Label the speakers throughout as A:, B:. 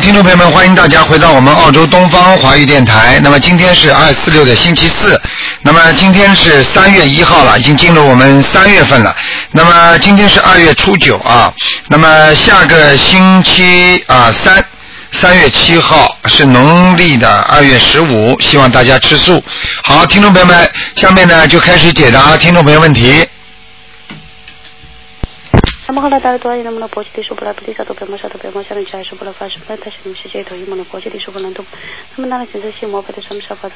A: 听众朋友们，欢迎大家回到我们澳洲东方华语电台。那么今天是二四六的星期四，那么今天是三月一号了，已经进入我们三月份了。那么今天是二月初九啊，那么下个星期啊三。三月七号是农历的二月十五，希望大家吃素。好，听众朋友们，下面呢就开始解答听众朋友问题。
B: ನಮಗಳ ದಾರಿದ್ವಾರಿನಮ್ಮನ ಪೋಷಿತಿಸುಗಳ ಪ್ರೀತದ ಬ್ರಹ್ಮಶಾದ ಬ್ರಹ್ಮಶಾನ ಜಯಶುಗಳ ಫಾಶುಭಂತ ಶನಿಶೇತೋಯಿಮನ ಪೋಷಿತಿಸುಗಳಂತು ನಮ್ಮ ನಾಳೆ ಸಂದೇಶ ಮೊಬೈಲ್ ಸಂಶಾಪಾದ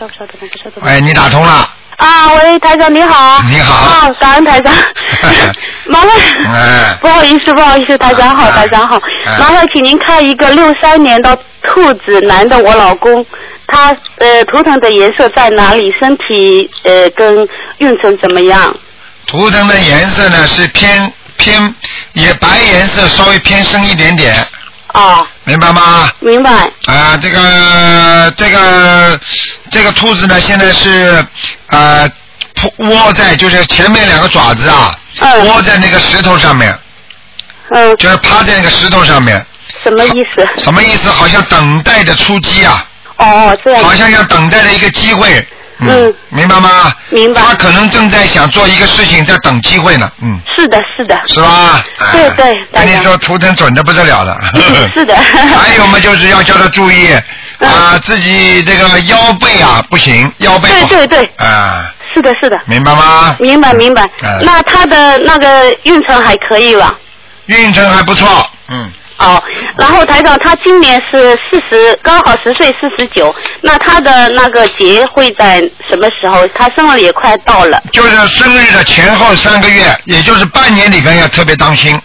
B: ಸಂಶಾಪಾದ
A: 哎，你打通了，
B: 啊，喂，台长你好。
A: 你好
B: 啊，感恩台长。麻烦。
A: 哎
B: 不好意思，不好意思，台长好，
A: 啊
B: 台长好。
A: 啊
B: 麻烦请您看一个六三年的兔子男的，我老公，他呃图腾的颜色在哪里？身体呃跟运程怎么样？
A: 图腾的颜色呢是偏偏也白颜色稍微偏深一点点，
B: 哦，
A: 明白吗？
B: 明白。
A: 啊、这个这个这个兔子呢，现在是呃扑窝在就是前面两个爪子啊，
B: 嗯
A: 窝在那个石头上面，
B: 嗯，
A: 就是趴在那个石头上面，
B: 什么意思？
A: 什么意思？好像等待着出击啊，
B: 哦，这样。
A: 好像要等待着一个机会。
B: 嗯
A: 明白吗？
B: 明白
A: 他可能正在想做一个事情，在等机会呢。嗯，
B: 是的，是的。
A: 是吧？
B: 对对
A: 哎跟你
B: 当然
A: 说，图腾准的不得了了。
B: 是的
A: 还有嘛，就是要叫他注意
B: 嗯
A: 啊，自己这个腰背啊不行，腰背不好。
B: 对对对
A: 啊，
B: 是的，是的。
A: 明白吗？
B: 明白明白
A: 哎。
B: 那他的那个运程还可以吧？
A: 运程还不错，嗯，
B: 哦，然后台长他今年是四十，刚好十岁四十九，那他的那个节会在什么时候？他生日也快到了。
A: 就是生日的前后三个月，也就是半年里边要特别当心。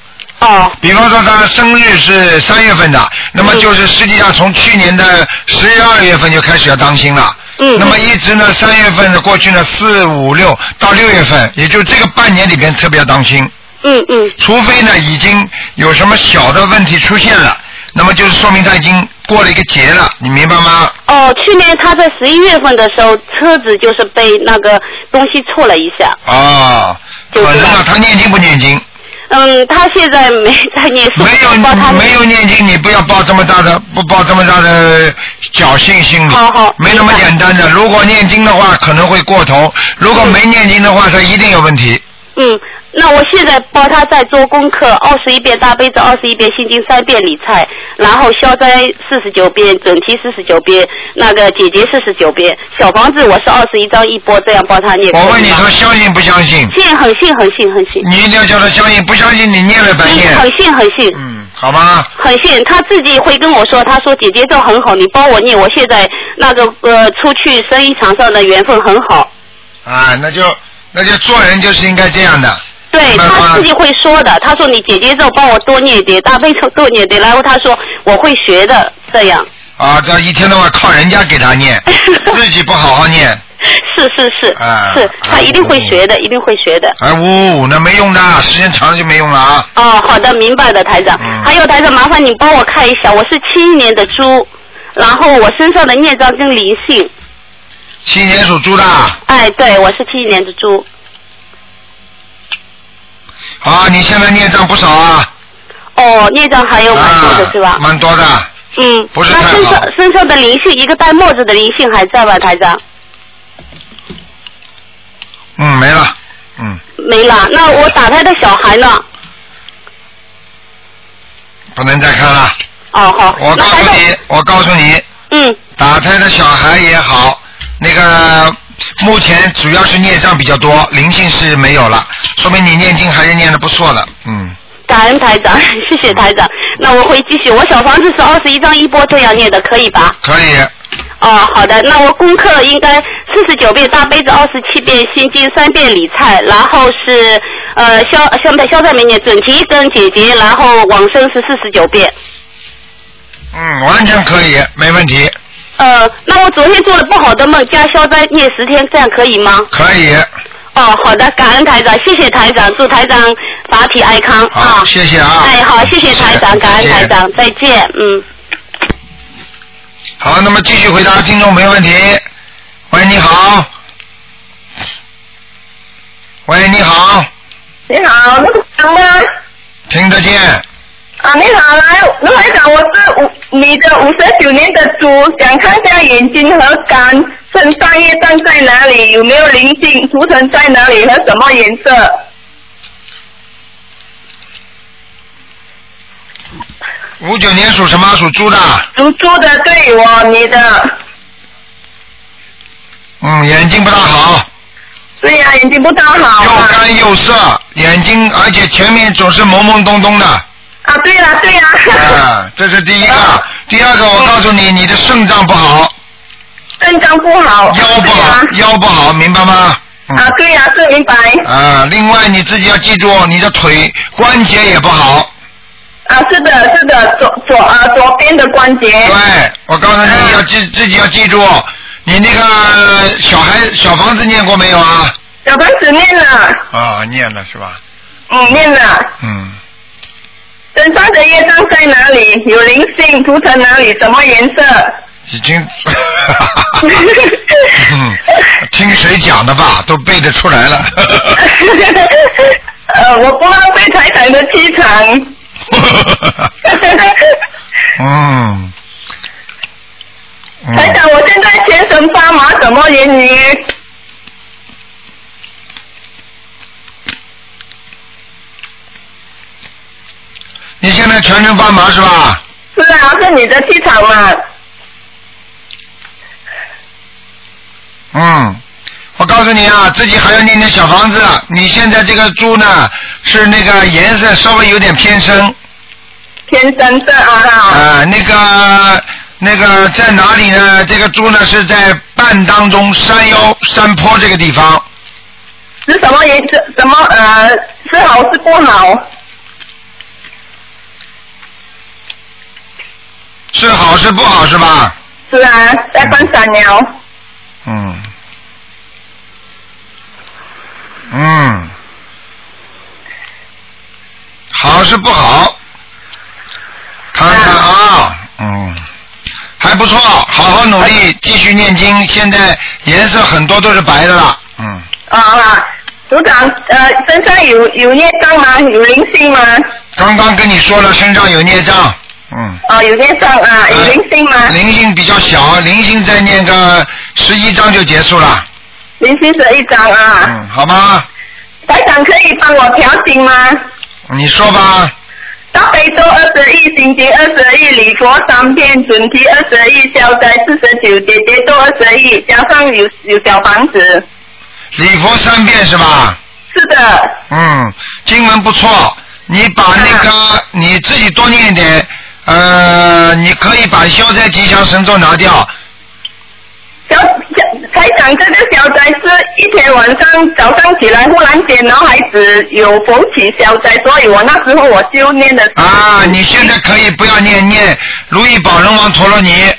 B: 哦，
A: 比方说他生日是三月份的，那么就是实际上从去年的十一二月份就开始要当心了。
B: 嗯
A: 那么一直呢，三月份的过去呢，四五六到六月份，也就这个半年里边特别要当心，
B: 嗯嗯，
A: 除非呢已经有什么小的问题出现了，那么就是说明他已经过了一个节了，你明白吗？
B: 哦，去年他在十一月份的时候，车子就是被那个东西错了一下。
A: 啊、
B: 就是
A: 可能啊，他念经不念经？
B: 嗯，他现在没在念书，
A: 没有
B: 帮他
A: 没有念经，你不要抱这么大的不抱这么大的侥幸心理，
B: 好好
A: 没那么简单的。如果念经的话，可能会过头；如果没念经的话，他一定有问题。
B: 嗯，那我现在帮他在做功课，二十一遍大悲咒，二十一遍心经，三遍理财，然后消灾四十九遍，准提四十九遍，那个姐姐四十九遍，小房子我是二十一张一波，这样帮他念。
A: 我问你
B: 可以
A: 说，
B: 吗，
A: 相信不相信？
B: 信很信很信很信，
A: 你一定要叫他相信，不相信你念了半夜
B: 嗯，很信很信。
A: 嗯，好吧？
B: 很信，他自己会跟我说，他说姐姐咒很好，你帮我念，我现在那个呃出去生意场上的缘分很好。
A: 啊，那就那就做人就是应该这样的。
B: 对
A: 明白吗
B: 他自己会说的，他说你姐姐咒帮我多念一点，大悲咒多念一点，然后他说我会学的，这样。
A: 啊，这一天到晚靠人家给他 念，自己不好好念，
B: 是是是，
A: 啊
B: 是
A: 啊
B: 他一定会学的，一定会学的。
A: 哎，五五五那没用的，时间长了就没用了啊。
B: 哦，好的，明白的，台长。
A: 嗯
B: 还有台长，麻烦你帮我看一下，我是七一年的猪，然后我身上的孽障跟灵性。
A: 新年属猪的啊。
B: 哎，对，我是七一年的猪。
A: 啊，你现在孽障不少啊，
B: 哦，孽障还有蛮多的是吧
A: 啊？蛮多的，
B: 嗯，
A: 不是
B: 那
A: 太
B: 身
A: 好
B: 上身上的灵性，一个戴帽子的灵性还在吧，台长？
A: 嗯，没了，嗯，
B: 没了。那我打胎的小孩呢？
A: 不能再看了。
B: 哦，好。
A: 我
B: 那
A: 告
B: 台
A: 诉
B: 长，
A: 你，我告诉你，
B: 嗯，
A: 打胎的小孩也好，那个目前主要是孽障比较多，灵性是没有了，说明你念经还是念的不错的，嗯，
B: 感恩台长， 谢谢台长。那我会继续，我小房子是二十一张一波这样念的，可以吧？
A: 可以，
B: 哦，好的，那我功课应该四十九遍大悲咒，二十七遍心经，三遍理菜，然后是呃消消消灾没念准提跟姐姐，然后往生是四十九遍。
A: 嗯，完全可以，没问题，
B: 呃，那我昨天做了不好的梦，加消灾念十天，这样可以吗？
A: 可以，
B: 哦，好的，感恩台长，谢谢台长，祝台长法体安康啊
A: 好，！谢谢啊，
B: 哎，好，谢谢台长，感恩台
A: 谢谢。
B: 长，再见，嗯。
A: 好，那么继续回答听众朋友问题。喂，你好。喂，你好，
C: 你好，那个长吗？
A: 听得见。
C: 啊，你好，来，卢台长，我是五你的五十九年的猪，想看一下眼睛和肝身上业障在哪里，有没有灵性，图腾在哪里和什么颜色？
A: 五九年属什么？属猪的。
C: 属猪的，对我你的，
A: 嗯，眼睛不大好，
C: 对呀、眼睛不大好
A: 又
C: 啊。
A: 干又涩，眼睛而且前面总是懵懵懂懂的。
C: 啊，对了对呀、
A: 啊，这是第一个。第二个，我告诉你，你的肾脏不好，
C: 肾脏不好。
A: 腰不
C: 对呀
A: 好，腰不好，明白吗？嗯
C: 啊，对呀、是明白。
A: 啊，另外你自己要记住，你的腿关节也不好。
C: 啊，是的，是的，左左啊左边的关节。
A: 对，我告诉你
C: 嗯
A: 要记自己要记住，你那个小孩小房子念过没有啊？
C: 小房子念了，
A: 啊，念了是吧？
C: 嗯，念了。
A: 嗯，
C: 身上的业障在哪里？有灵性，涂成哪里？什么颜色？
A: 已经。嗯，听谁讲的吧，都背得出来了。
C: 呃，我不浪费台长的气场。
A: 嗯。嗯
C: 台长，我现在全身发麻，什么原因？
A: 你现在全身发麻是吧？
C: 是啊，是你的气场嘛？
A: 嗯，我告诉你啊，自己还要念念小房子。你现在这个猪呢，是那个颜色稍微有点偏深
C: 天生色
A: 啊、
C: 啊，
A: 呃那个那个在哪里呢？这个猪呢是在半当中山腰山坡这个地方，
C: 是什么颜色？什么呃，是好是不好？
A: 是好是不好是吧？
C: 是啊，在放闪鸟。
A: 嗯，嗯，好是不好？看看啊，嗯，还不错，好好努
C: 嗯
A: 力，继续念经。现在颜色很多都是白的了，嗯，
C: 啊啊，组长，呃，身上有有孽障吗？有灵性吗？
A: 刚刚跟你说了，身上有孽障，嗯，哎
C: 啊，有孽障啊，有灵性吗？
A: 灵性比较小，灵性再念个十一章就结束了，
C: 灵性是一张啊。
A: 嗯，好吗？
C: 台长可以帮我调经吗？
A: 你说吧，
C: 大悲咒二十一，心经二十一，礼佛三遍，准提二十一，消灾四十九，姐姐咒二十一，加上有有小房子。
A: 礼佛三遍是吧？
C: 是的，
A: 嗯，经文不错，你把那个你自己多念一点，呃，你可以把消灾吉祥神咒拿掉，
C: 小小台长这个消灾是一天晚上早上起来忽然间脑海子有浮起消灾，所以我那时候我就念的
A: 啊，你现在可以不要念念如意宝龙王陀罗尼，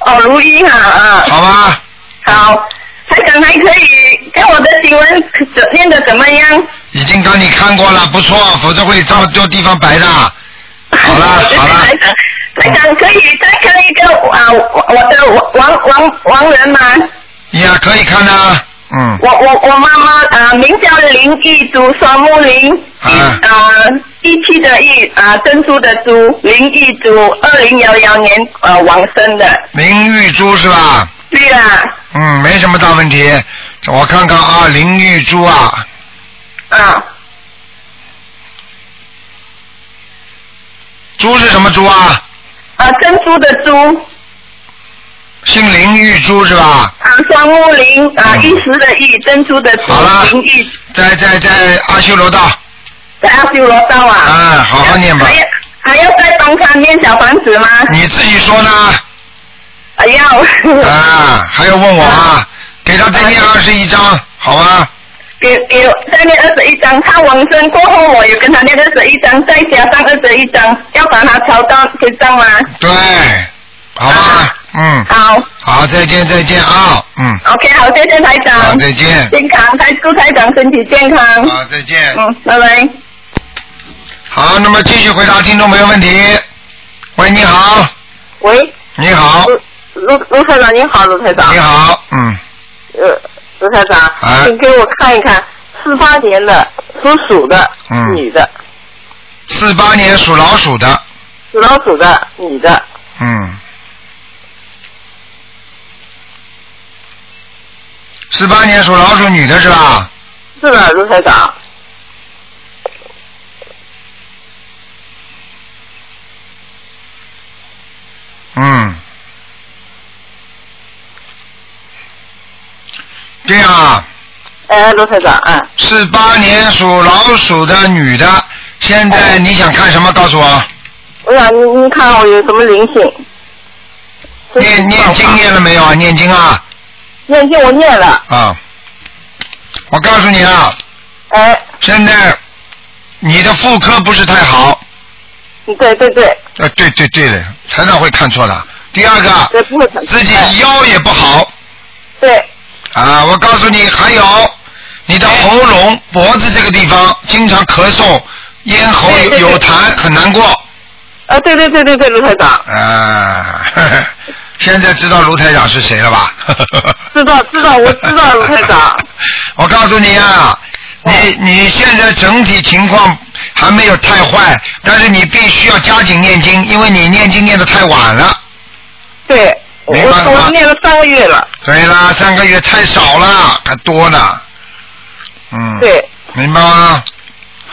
C: 哦如意哈啊
A: 好吧？
C: 好，台长还可以看我的经文怎念的怎么样？
A: 已经刚你看过了，不错，否则会照掉地方白的。好啦好啦
C: 台长，台长可以再看一个啊，我我的王王王人吗？
A: 也可以看的、嗯，
C: 我我我妈妈啊，名叫林玉珠，双木林，一
A: 啊
C: 啊一七的玉啊，珍珠的珠，林玉珠，二零幺幺年呃往生的，
A: 灵玉珠是吧？
C: 对啦，
A: 嗯，没什么大问题，我看看啊，灵玉珠啊，
C: 啊
A: 珠是什么珠啊？
C: 啊珍珠的珠
A: 姓灵玉珠是吧？
C: 啊，双木林啊，
A: 嗯
C: 玉石的玉，珍珠的珠
A: 好啦，
C: 林玉
A: 在在在阿修罗道，
C: 在阿修罗道啊，
A: 啊好好念吧
C: 还要还要再帮他念小房子吗？
A: 你自己说呢？
C: 哎呀，
A: 啊，还要问我啊？给他再念二十一章，好吗？
C: 给给再念二十一张，他往生过后，我有跟他念二十一张，再加上二十一张，要把他抄到结账吗？
A: 对，好吧
C: 啊，
A: 嗯，
C: 好
A: 好，再见再见啊，嗯，
C: ，OK，好，谢谢台
A: 好
C: 长，
A: 再见，
C: 健康，台祝台长身体健康，
A: 好再见，
C: 嗯，拜拜。
A: 好，那么继续回答听众朋友问题。喂，你好，
D: 喂，
A: 你好，
D: 卢卢台长，你好，卢台长
A: 你。好，嗯，
D: 呃，卢台长，
A: 哎
D: 请给我看一看，四八年的属鼠的
A: 嗯
D: 女的，
A: 四八年属老鼠的，
C: 属老鼠的，女的，
A: 嗯，四八年属老鼠女的是吧？
C: 是的，卢台长。
A: 嗯，这样啊，
C: 哎，卢台长，嗯，
A: 四八年属老鼠的女的，现
C: 哎
A: 在你想看什么？告诉我，
C: 我想您您看我有什么灵性？
A: 念念经念了没有啊？念经啊
C: 念经我念了，
A: 啊！我告诉你啊，
C: 哎，
A: 现在你的妇科不是太好。
C: 对对对，
A: 呃，对对对的，台长会看错的。第二
C: 对
A: 个，
C: 不会疼，
A: 自己
C: 哎
A: 腰也不好
C: 对，
A: 啊！我告诉你，还有你的喉咙、脖子这个地方经常咳嗽，咽喉
C: 对
A: 有
C: 对对
A: 有痰，很难过
C: 啊，对对对对对，卢台长，
A: 啊。 呵呵现在知道卢台长是谁了吧？
C: 知道知道，我知道卢台 长，哦
A: 我告诉你啊，你你现在整体情况还没有太坏，但是你必须要加紧念经，因为你念经念的太晚了。
C: 对，我
A: 明白了吗
C: 我念了三个月了，
A: 对啦，三个月太少了，还多呢。嗯，，
C: 对，
A: 明白吗？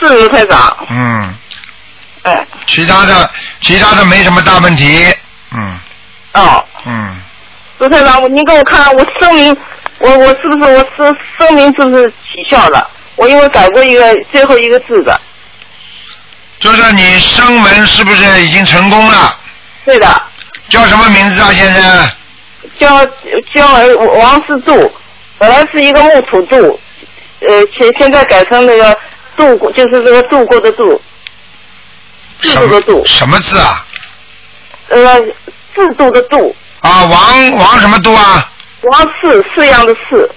C: 是卢台长，
A: 嗯，
C: 哎，
A: 其他的其他的没什么大问题。嗯
C: 哦，
A: 嗯，
C: 卢台长，您给我看看我声明，我我是不是我声声明是不是起效了？我因为改过一个最后一个字的，
A: 就是你生门是不是已经成功了？
C: 对的，
A: 叫什么名字啊？现在
C: 叫叫儿王氏柱，本来是一个木土柱，呃，现现在改成那个度过，就是这个度过的度，制
A: 什么
C: 度的度，
A: 什么字啊？
C: 呃，制度的度，
A: 啊，王王什么度啊？
C: 王氏式样的氏，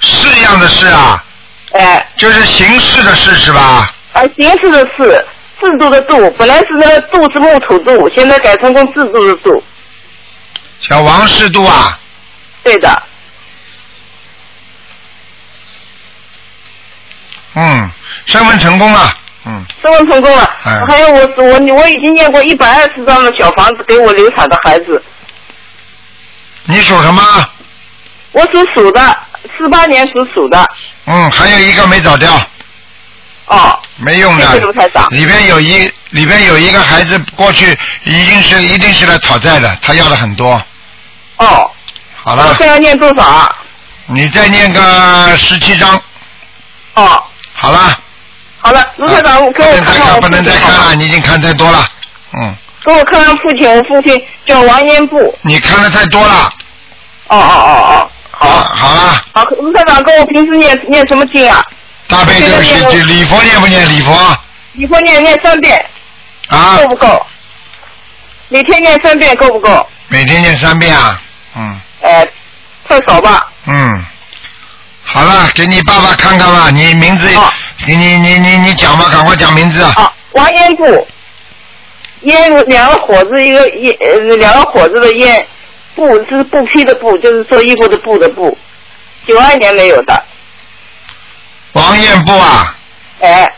A: 式样的式啊，
C: 哎、
A: 就是形式的式是吧？
C: 啊，形式的式，制度的度，本来是那个度是木土度，现在改成成制度的度，
A: 叫王氏度啊。
C: 对的，
A: 嗯，身份成功了。嗯，
C: 升温成功了。
A: 哎
C: 还有我我我已经念过一百二十张的小房子给我流产的孩子，
A: 你属什么？
C: 我属鼠的，四八年属鼠的，
A: 嗯，还有一个没找掉。
C: 哦。
A: 没用
C: 谢谢卢台
A: 的，
C: 长
A: 里边有一里边有一个孩子过去已经是一定是来讨债的，他要了很多。
C: 哦，
A: 好
C: 我
A: 了
C: 现，在念多少啊？
A: 你再念个十七章，
C: 哦，
A: 好了。
C: 好了，卢台长，我给
A: 不
C: 我
A: 能
C: 看
A: 再
C: 看
A: 看，
C: 我
A: 啊不
C: 父
A: 能
C: 亲
A: 再看
C: 好
A: 了，
C: 吗？
A: 你已经看太多了。嗯，
C: 给我看看父亲，我父亲叫王彦布。
A: 你看的太多了。
C: 哦哦哦哦，
A: 好，好了，
C: 好，卢台长，跟我平时念念什么经啊？
A: 大悲咒
C: 现在念
A: 是礼佛念不念礼佛
C: 你会念念三遍，
A: 啊？
C: 够不够？每天念三遍够不够？
A: 每天念三遍啊。嗯
C: 哎、太少吧？
A: 嗯，好了，给你爸爸看看吧，你名字
C: 好，
A: 你你你你你讲吧，赶快讲名字。
C: 啊，王烟布，烟两个火字一个烟，呃两个火字的烟，布是布匹的布，就是做衣服的布的布。九二年没有的，
A: 王彦布啊。
C: 哎，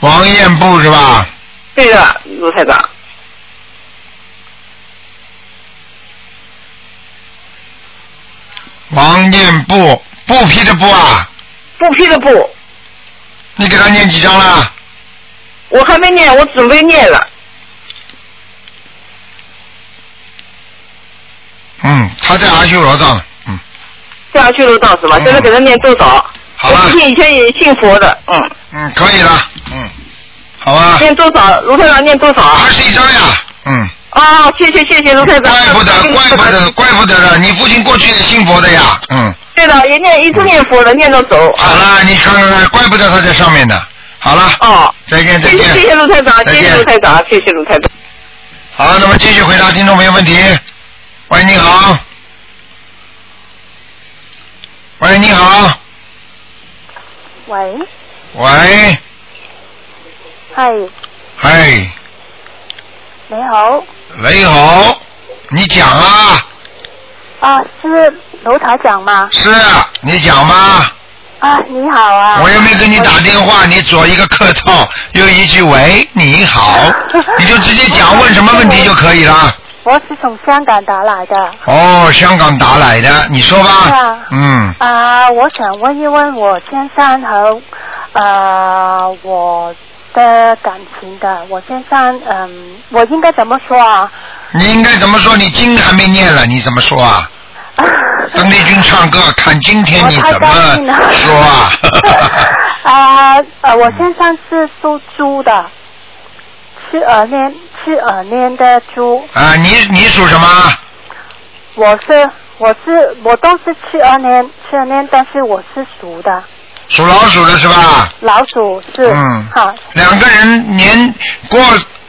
A: 王彦布是吧？
C: 对的，
A: 啊
C: 卢台长，
A: 王彦布，布匹的布啊，
C: 布匹的布，
A: 你给他念几张了？
C: 我还没念，我准备念了。
A: 嗯，他在阿修罗道呢。嗯，
C: 这样去路道是吧？
A: 嗯
C: 现在给他念多少？
A: 好
C: 我
A: 了
C: 父，亲以前也信佛的，嗯，
A: 嗯，可以了，嗯，好吧，
C: 念多少？卢台长念多少啊
A: 二？十一张呀，嗯，
C: 哦，谢谢谢谢卢台长。
A: 怪不得，怪不得，怪不得的，你父亲过去也信佛的呀，嗯，
C: 对的，也念一直念佛的，念到走。
A: 好了，你看看看，怪不得他在上面的，好了，
C: 哦，
A: 再见再
C: 谢谢谢
A: 见，
C: 谢卢台长，
A: 再
C: 谢
A: 见
C: 谢卢台长，谢谢卢台长。
A: 好，那么继续回答听众朋友问题。喂，你好，喂，你好，
E: 喂，
A: 喂，
E: 嗨，
A: 嗨。
E: 你好，
A: 雷猴，你讲啊，
E: 啊，是楼台长吗？
A: 是啊你讲吧，
E: 啊，你好啊。
A: 我又没给你打电话，你左一个客套，右一句喂你好，你就直接讲问什么问题就可以了。
E: 我是从香港打来的。
A: 哦，香港打来的，你说
E: 对
A: 吧
E: 啊。
A: 嗯，
E: 啊，我想问一问我先生和呃我的感情的，我先生嗯，我应该怎么说啊？
A: 你应该怎么说？你经还没念了，你怎么说 啊？邓丽君唱歌，看今天你怎么说啊？
E: 啊呃，我先生是属猪的，七二年七二年的猪，
A: 啊，你你属什么？
E: 我是我是我都是七二年七二年，但是我是属的，
A: 属老鼠的是吧？
E: 老鼠是，
A: 嗯
E: 好，
A: 两个人年过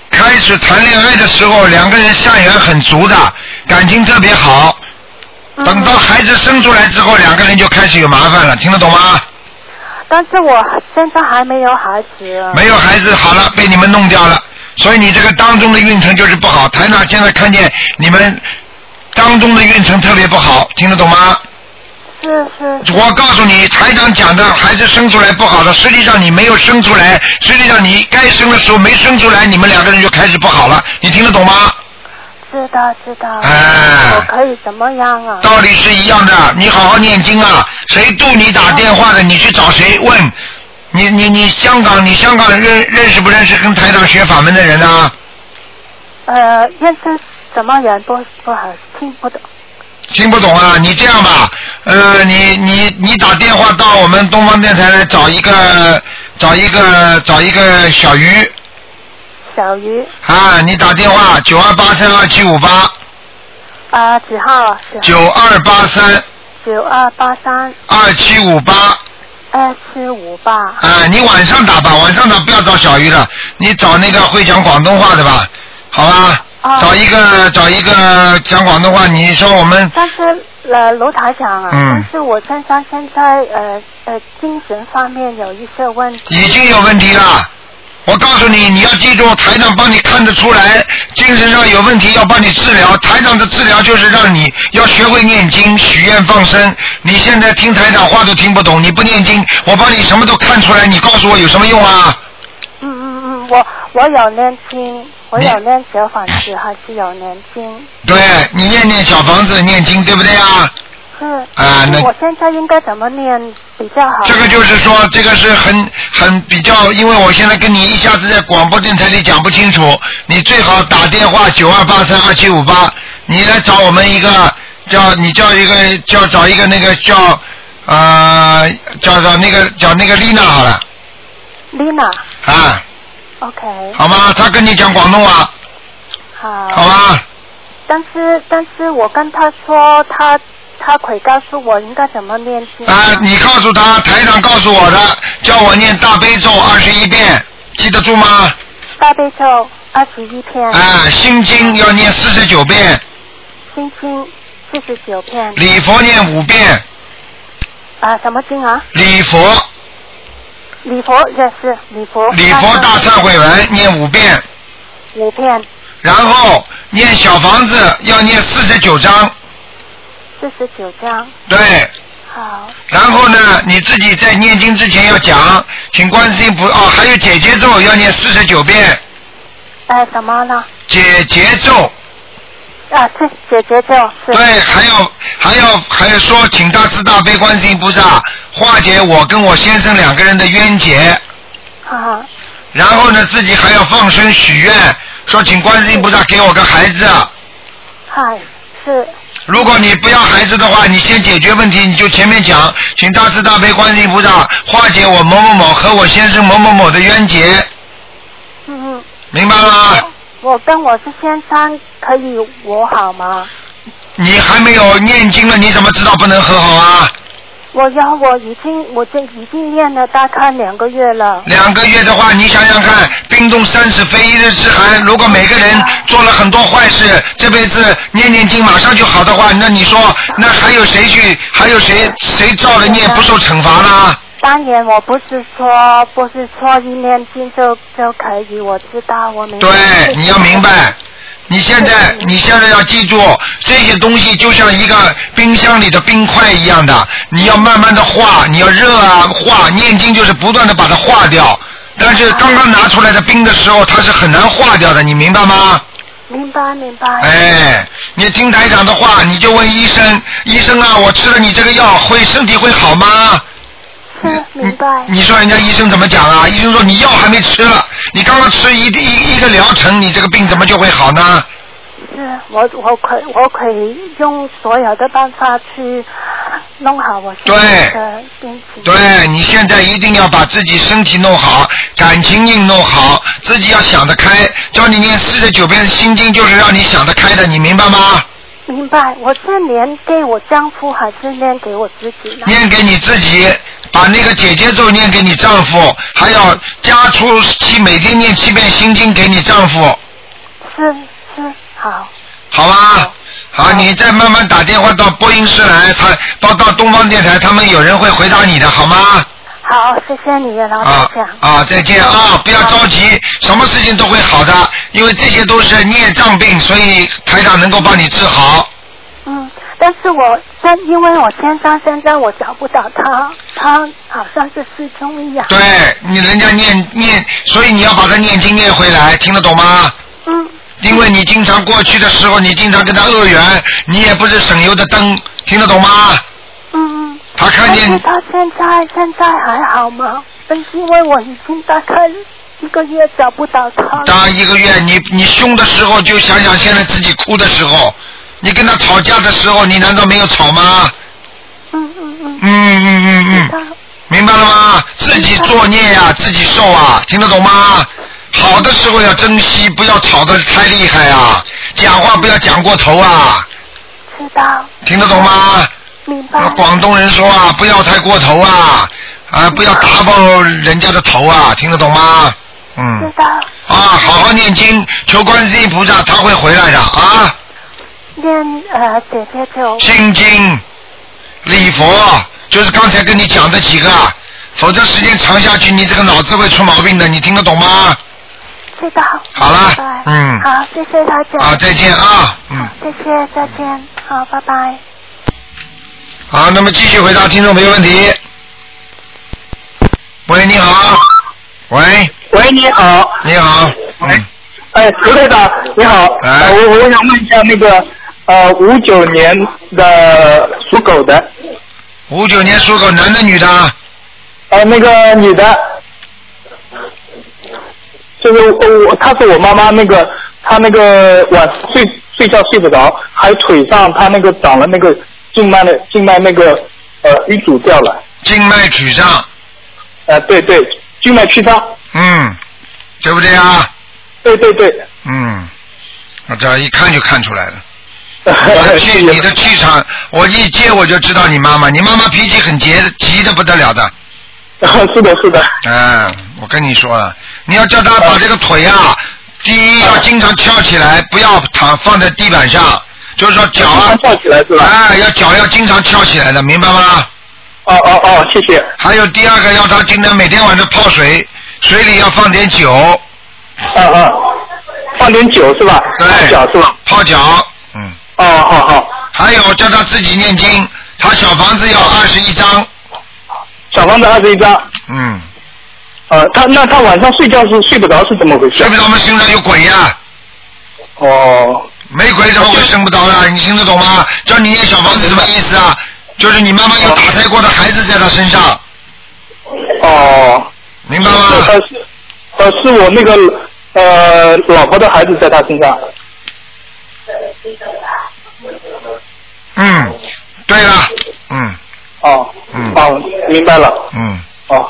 A: 开始谈恋爱的时候，两个人善缘很足的，感情特别好。
E: 嗯
A: 等到孩子生出来之后，两个人就开始有麻烦了，听得懂吗？
E: 但是我现在还没有孩子，
A: 没有孩子好了，被你们弄掉了，所以你这个当中的运程就是不好。台长现在看见你们当中的运程特别不好，听得懂吗？
E: 是是
A: 我告诉你，台长讲的孩子生出来不好的，实际上你没有生出来，实际上你该生的时候没生出来，你们两个人就开始不好了，你听得懂吗？
E: 知道知道，
A: 哎
E: 我可以怎么样啊？
A: 道理是一样的，你好好念经啊！谁度你打电话的，你去找谁问？你你你香港，你香港认认识不认识跟台长学法门的人啊？
E: 呃，认识什么人不不好听不懂，
A: 听不懂啊？你这样吧，呃，你你你打电话到我们东方电台来找一个找一个找一个小鱼
E: 小鱼
A: 啊！你打电话九二八三二七五八
E: 啊、几号啊？几号
A: 九二八三
E: 九二八三
A: 二七五八
E: 二七五八
A: 啊！你晚上打吧，晚上打不要找小鱼了，你找那个会讲广东话的吧，好吧？
E: 啊。
A: 找一个找一个讲广东话，你说我们
E: 但是呃，楼台长啊，
A: 嗯
E: 但是我身上现在呃呃精神方面有一些问题，
A: 已经有问题了。我告诉你，你要记住，台长帮你看得出来，精神上有问题要帮你治疗。台长的治疗就是让你要学会念经、许愿、放生。你现在听台长话都听不懂，你不念经，我帮你什么都看出来，你告诉我有什么用啊？
E: 嗯嗯嗯，我我有念经，我
A: 你
E: 有念小房子，还是有念经，
A: 对你念念小房子，念经，对不对啊？
E: 是
A: 啊那
E: 我现在应该怎么念比较好？
A: 这个就是说，这个是很很比较，因为我现在跟你一下子在广播电台里讲不清楚，你最好打电话九二八三二七五八，你来找我们一个叫你叫一个叫找一个那个叫啊、呃、叫找那个叫那个丽娜好了
E: Lina，OK，、
A: 啊，好吗？她跟你讲广东话，
E: 好。
A: 好吗？
E: 但是但是我跟他说，他他会告诉我应该怎么念经。
A: 啊，你告诉她，台长告诉我的，叫我念大悲咒二十一遍，记得住吗？
E: 大悲咒二十一篇，
A: 啊，心经要念四十九遍。
E: 心经四十九篇，
A: 礼佛念五遍，
E: 啊什么经啊？
A: 礼佛
E: 礼佛也是礼佛，
A: 礼佛大忏悔文念五遍，
E: 五篇，
A: 然后念小房子要念四十九章，
E: 四十九章。
A: 对，
E: 好，
A: 然后呢你自己在念经之前要讲，请观世音菩哦，还有解结咒要念四十九遍，
E: 呃什么呢？
A: 解结咒
E: 啊，是姐姐咒是。
A: 对，还有还有还有说请大慈大悲观世音菩萨化解我跟我先生两个人的冤结，
E: 啊，
A: 然后呢自己还要放生许愿，说请观世音菩萨给我个孩子。啊
E: 嗨，是
A: 如果你不要孩子的话，你先解决问题，你就前面讲，请大慈大悲观世音菩萨化解我某某某和我先生某某某的冤结，
E: 嗯嗯。
A: 明白吗？
E: 我跟我是先生，可以我好吗？
A: 你还没有念经了，你怎么知道不能和好啊？
E: 我要我已经我这已经练了大概两个月了。
A: 两个月的话，你想想看，冰冻三尺非一日之寒。如果每个人做了很多坏事，这辈子念念经马上就好的话，那你说，那还有谁去？还有谁谁造了孽不受惩罚呢？
E: 当然，我不是说不是说一念经就就可以，我知道我明白。
A: 对，你要明白，你现在你现在要记住，这些东西就像一个冰箱里的冰块一样的，你要慢慢的化，你要热啊化，念经就是不断的把它化掉。但是刚刚拿出来的冰的时候，它是很难化掉的，你明白吗？
E: 明白明白。
A: 哎，你听台长的话，你就问医生，医生啊，我吃了你这个药会身体会好吗？
E: 是明白。
A: 你说人家医生怎么讲啊？医生说你药还没吃了，你刚刚吃一一一个疗程，你这个病怎么就会好呢？
E: 是我我可我可以用所有的办法去弄好我现在的病情。
A: 对你现在一定要把自己身体弄好，感情运弄好，自己要想得开。教你念四十九遍心经，就是让你想得开的，你明白吗？
E: 明白，我是念给我丈夫还是念给我自己呢？
A: 念给你自己，把那个姐姐咒念给你丈夫，还要加初七每天念七遍心经给你丈夫，
E: 是是好，
A: 好吧？好，你再慢慢打电话到播音室来，他到到东方电台，他们有人会回答你的，好吗？
E: 好，谢谢你，老
A: 啊
E: 师讲。
A: 啊，再见啊！不要着急，什么事情都会好的，因为这些都是孽障病，所以台长能够帮你治好。
E: 嗯，但是我现因为我先生现在我找不到他，他好像是失踪一样。
A: 对你，人家念念，所以你要把它念经念回来，听得懂吗？
E: 嗯，
A: 因为你经常过去的时候，你经常跟他恶缘，你也不是省油的灯，听得懂吗？
E: 嗯嗯。
A: 他看
E: 但是
A: 见
E: 他现在现在还好吗？但是因为我已经大概一个月找不到他。
A: 当一个月你你凶的时候，就想想现在自己哭的时候，你跟他吵架的时候，你难道没有吵吗？
E: 嗯嗯嗯。
A: 嗯嗯嗯嗯。
E: 他
A: 明白了吗？自己作孽呀、自己受啊，听得懂吗？好的时候要珍惜，不要吵得太厉害啊，讲话不要讲过头啊，
E: 知道，
A: 听得懂吗？
E: 明白。
A: 广东人说啊，不要太过头啊，啊，不要打爆人家的头啊，听得懂吗？
E: 知
A: 嗯，
E: 道，
A: 啊，好好念经，求观世音菩萨，他会回来的啊。
E: 念呃姐姐就
A: 心经、礼佛，就是刚才跟你讲的几个，啊否则时间长下去，你这个脑子会出毛病的，你听得懂吗？
E: 知道。
A: 好了
E: 明白
A: 嗯
E: 好，谢谢大家。
A: 啊，再见啊，嗯
E: 好，，谢谢，再见，好，拜拜。
A: 好，啊那么继续回答听众朋友问题。喂，你好，喂，
F: 喂，你好，
A: 你好，嗯，
F: 哎，卢队长，你好，
A: 哎
C: 啊
F: 呃我我想问一下那个呃五九年的属狗的，
A: 五九年属狗，男的女的？
F: 呃那个女的，就是我我她是我妈妈那个，她那个晚睡睡觉睡不着，还有腿上她那个长了那个静脉的静脉那个呃淤阻掉了，
A: 静脉曲张，
F: 呃对对，静脉曲张，
A: 嗯，对不对啊？
F: 对对对，
A: 嗯，我这一看就看出来了。 我的
F: 谢
A: 气，
F: 谢
A: 你的气场，我一接我就知道你妈妈，你妈妈脾气很急，急的不得了的。
F: 是的是的，
A: 嗯，我跟你说了，你要叫她把这个腿啊，第一要经常翘起来，不要躺放在地板上，就是说脚啊，
F: 站起来是吧？
A: 哎，要脚要经常翘起来的，明白吗？
F: 哦哦哦，谢谢。
A: 还有第二个，要她经常每天晚上泡水，水里要放点酒，
F: 嗯嗯，放点酒是吧？
A: 对
F: 放脚是吧？
A: 泡脚，嗯，
F: 哦，好好，
A: 还有叫她自己念经，她小房子要二十一张，
F: 哦小房子二十一张。
A: 嗯，
F: 呃，他那他晚上睡觉是睡不着是怎么回事？
A: 睡不着嘛，身上有鬼呀、
F: 哦，
A: 没鬼怎么会生不着呢？你听得懂吗？叫你念小房子什么意思啊？就是你妈妈有打胎过的孩子在她身上，
F: 哦，
A: 明白
F: 呃
A: 吗？
F: 是呃是我那个呃老婆的孩子在他身上。
A: 嗯，对了，嗯
F: 哦，
A: 嗯
F: 哦，明白了。
A: 嗯，
F: 哦，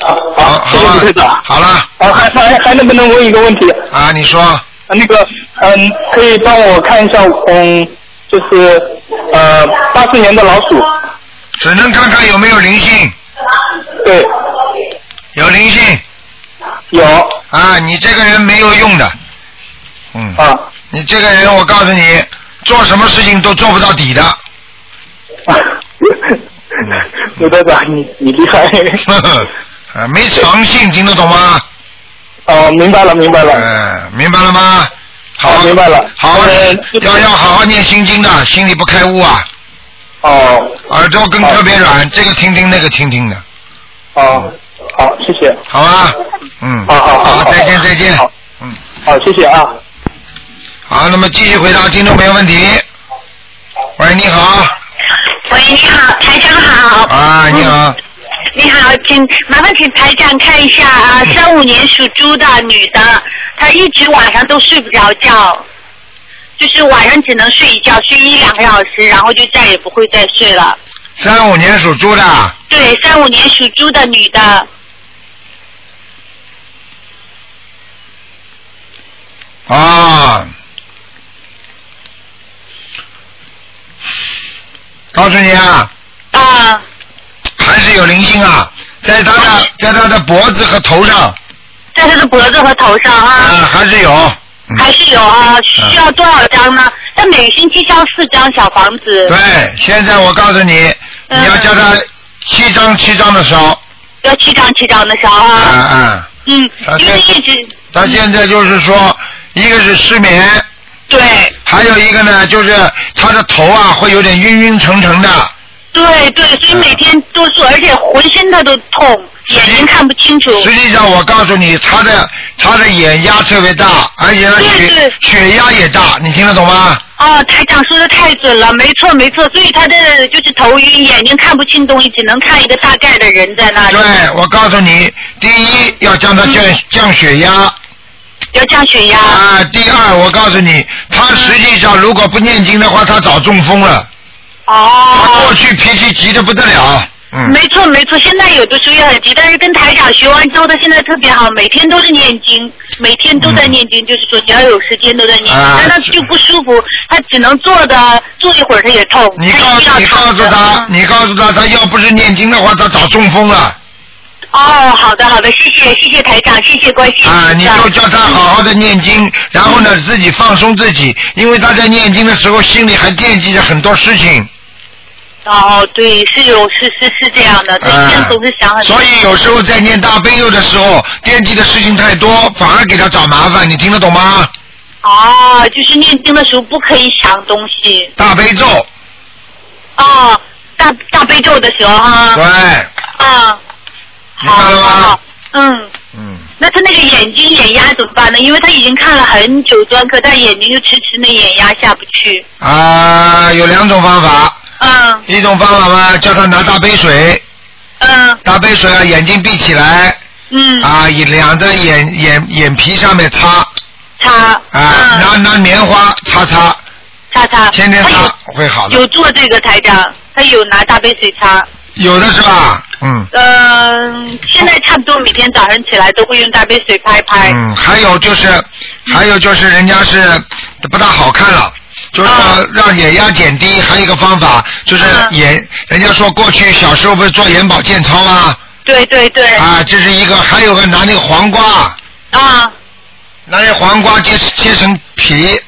A: 好，
F: 好，谢
A: 好
F: 谢卢队长。
A: 了，好了
F: 啊，还还还能不能问一个问题？
A: 啊，你说，
F: 呃那个，嗯，可以帮我看一下，嗯，就是呃八四年的老鼠，
A: 只能看看有没有灵性，
F: 对，
A: 有灵性
F: 有
A: 啊，你这个人没有用的，嗯，
F: 啊。
A: 你这个人我告诉你，做什么事情都做不到底
F: 啊
A: 的，
F: 刘队长，你你厉害！
A: 呵呵，嗯 啊，没长性，听得懂吗？啊
F: 哦，明白了，明白了。
A: 嗯，明白了吗？好
F: 啊明白了
A: 好好
F: 呃
A: 要要好好念心经的，心里不开悟啊，
F: 哦
A: 耳朵根特别软，这个听听那个听听的，
F: 哦，好，谢谢，
A: 好吧？嗯，
F: 好啊好好，
A: 再见再见，
F: 好
A: 嗯，
F: 好，谢谢啊。
A: 好，那么继续回答听众朋友问题。喂，你好，
G: 喂，你好，台长好，
A: 啊，你好，
G: 你好，请麻烦请台长看一下啊，
A: 嗯
G: 三五年属猪的女的，她一直晚上都睡不着觉，就是晚上只能睡一觉，睡一两个小时，然后就再也不会再睡了。
A: 三五年属猪的，
G: 对，三五年属猪的女的，
A: 啊，告诉你啊，
G: 啊，
A: 还是有灵性啊，在他的在他的脖子和头上，
G: 在她的脖子和头上
A: 啊，
G: 啊，
A: 还是有，嗯
G: 还是有啊，需要多少张呢？她每个星期烧四张小房子，
A: 对，现在我告诉你，
G: 嗯
A: 你要叫他七张七张的烧，
G: 要七张七张的烧
A: 啊
G: 啊，
A: 啊，
G: 嗯
A: 啊，
G: 因
A: 对
G: 为一直
A: 他现在就是说，一个是失眠，
G: 对
A: 还有一个呢就是他的头啊会有点晕晕沉沉的，
G: 对对，所以每天都做，而且浑身他都痛，眼睛看不清楚。
A: 实际上我告诉你，他的他的眼压特别大，而且呢血
G: 对对
A: 血压也大，你听得懂吗？
G: 哦，台长说的太准了，没错没错，所以他的就是头晕，眼睛看不清东西，只能看一个大概的人在那里
A: 对，，我告诉你，第一要将他
G: 嗯
A: 降降血压
G: 要降血压。
A: 啊，第二我告诉你，他实际上如果不念经的话，他早中风了。他过
G: 哦，
A: 去脾气急得不得了，嗯，
G: 没错没错，现在有的时候也很急，但是跟台长学完之后，他现在特别好，每天都是念经，每天都在念经，就是说只要有时间都在念经，
A: 啊
G: 但他就不舒服，他只能坐着坐一会儿他也痛，
A: 你告
G: 他一定要
A: 你告
G: 躺
A: 诉
G: 着
A: 他，
G: 嗯
A: 你告诉他，他要不是念经的话，他早中风了
G: 哦，好的好的，谢谢谢谢台长，谢谢关心。
A: 啊！你
G: 是吧
A: 就叫他好好的念经，然后呢，自己放松自己，因为他在念经的时候，心里还惦记着很多事情，
G: 哦，对，是有是是是这样的，对，
A: 啊
G: 现在总是想很多。
A: 所以有时候在念大悲咒的时候，惦记的事情太多，反而给他找麻烦，你听得懂吗？
G: 哦，就是念经的时候不可以想东西。
A: 大悲咒，
G: 哦，大大悲咒的时候
A: 对
G: 哈。，啊。
A: 明白
G: 好
A: 了
G: 好
A: 吗
G: 好？嗯，
A: 嗯，
G: 那他那个眼睛眼压怎么办呢？因为他已经看了很久专科，但眼睛就迟迟那眼压下不去。
A: 啊，有两种方法，
G: 嗯
A: 一种方法嘛，叫他拿大杯水，
G: 嗯
A: 大杯水啊，眼睛闭起来，
G: 嗯，
A: 啊，以两个眼眼眼皮上面擦
G: 擦
A: 啊，拿
G: 嗯，
A: 拿棉花擦擦，
G: 擦擦，哎
A: 天天
G: 他
A: 擦
G: 有
A: 会好的。
G: 有做这个台长，他有拿大杯水擦。
A: 有的是吧？嗯
G: 嗯，现在差不多每天早上起来都会用大杯水拍拍。
A: 嗯，还有就是
G: 嗯
A: 还有就是人家是不大好看了。就是说
G: 啊
A: 让眼压减低，还有一个方法就是
G: 嗯
A: 眼，人家说过去小时候不是做眼保健操吗？
G: 对对对。
A: 啊，这是一个，还有个拿那个黄瓜，
G: 啊
A: 拿那黄瓜切切成皮，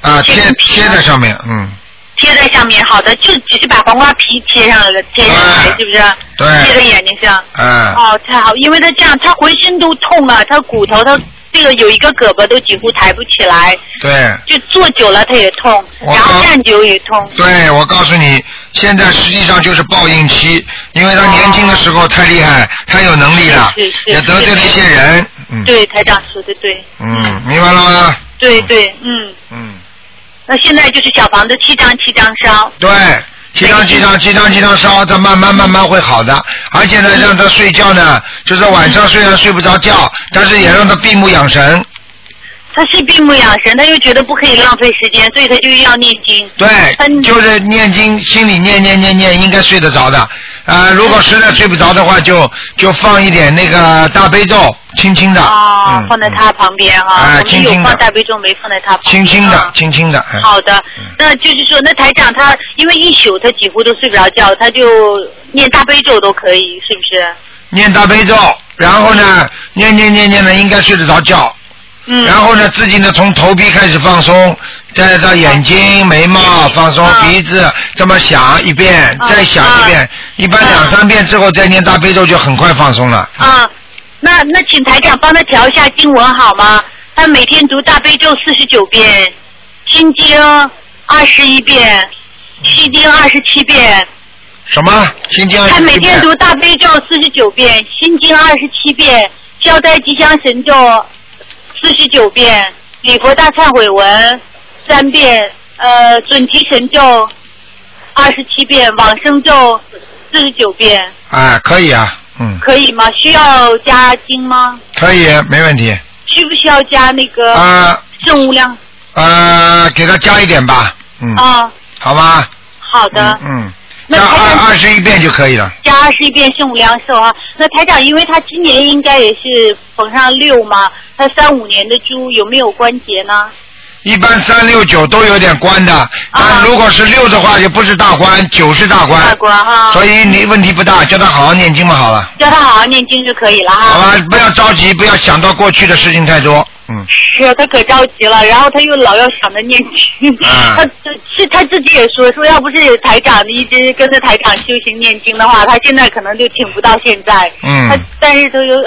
A: 啊，
G: 切
A: 贴
G: 成皮
A: 贴在上面，嗯，
G: 贴在上面，好的，就只是把黄瓜皮贴上了，贴上来
A: 对
G: 是不是？
A: 哎对
G: 贴在眼睛上。
A: 哎、
G: 哦，太好，因为他这样，他浑身都痛啊，他骨头，他这个有一个胳膊都几乎抬不起来，
A: 对。
G: 就坐久了他也痛，
A: 我
G: 然后
A: 刚
G: 站久也痛。
A: 对，我告诉你，现在实际上就是报应期，因为他年轻的时候太厉害，太有能力了，
G: 是是是
A: 也得罪了一些人。嗯，
G: 对，台长说的对，
A: 嗯，明白了吗？
G: 对对，嗯，
A: 嗯，
G: 那现在就是小房子七张七张烧。
A: 对，七张七张七张七张烧，他慢慢慢慢会好的。而且呢，让他睡觉呢，就是晚上虽然睡不着觉，但是也让他闭目养神。
G: 他是闭目养神，他又觉得不可以浪费时间，所以他就要念经。
A: 对，
G: 嗯
A: 就是念经，心里念念念念，应该睡得着的。啊、如果实在睡不着的话，就就放一点那个大悲咒，轻轻的。
G: 哦，
A: 嗯
G: 放在他旁边哈、
A: 哎
G: 我们
A: 轻
G: 有
A: 轻的
G: 放大悲咒，没放在他旁边。
A: 轻轻的
G: 啊，
A: 轻轻的。哎
G: 好的
A: 嗯，
G: 那就是说，那台长他因为一宿他几乎都睡不着觉，他就念大悲咒都可以，是不是？
A: 念大悲咒，然后呢，念念念念呢，应该睡得着觉。
G: 嗯。
A: 然后呢，自己呢从头皮开始放松，再到眼睛、眉毛放松，
G: 嗯
A: 鼻子这么想一遍，
G: 嗯
A: 再想一遍，一般
G: 嗯
A: 两三遍之后再念大悲咒就很快放松了。
G: 啊，那那请台长帮他调一下经文好吗？她每天读大悲咒四十九遍，心经二十一遍，心经二十七遍。
A: 什么？新疆
G: 他每天
A: 一
G: 读
A: 遍
G: 大悲咒四十九遍，心经二十七遍，消灾吉祥神咒四十九遍，礼佛大忏悔文三遍，呃，准提神咒二十七遍，往生咒四十九遍，
A: 哎，可以啊，嗯，
G: 可以吗？需要加经吗？
A: 可以，没问题。
G: 需不需要加那个
A: 啊
G: 圣无量？
A: 呃，给他加一点吧，嗯，
G: 啊，
A: 好吧，
G: 好的。
A: 嗯嗯，
G: 那
A: 加
G: 台
A: 二
G: 长
A: 二十一遍就可以了。
G: 加二十一遍圣母良寿啊。那台长，因为他今年应该也是逢上六嘛，他三五年的猪有没有关节呢？
A: 一般三六九都有点关的，但如果是六的话，就不是大关，九是大
G: 啊大
A: 关，
G: 官哈，
A: 所以你问题不大，叫他好好念经嘛，好了，
G: 叫他好好念经就可以了
A: 好
G: 哈。
A: 吧，不要着急，不要想到过去的事情太多，嗯，
G: 是，他可着急了，然后他又老要想着念经，
A: 啊
G: 他自是他自己也说，说要不是台长一直跟着台长修行念经的话，他现在可能就挺不到现在。
A: 嗯
G: 他但是他又。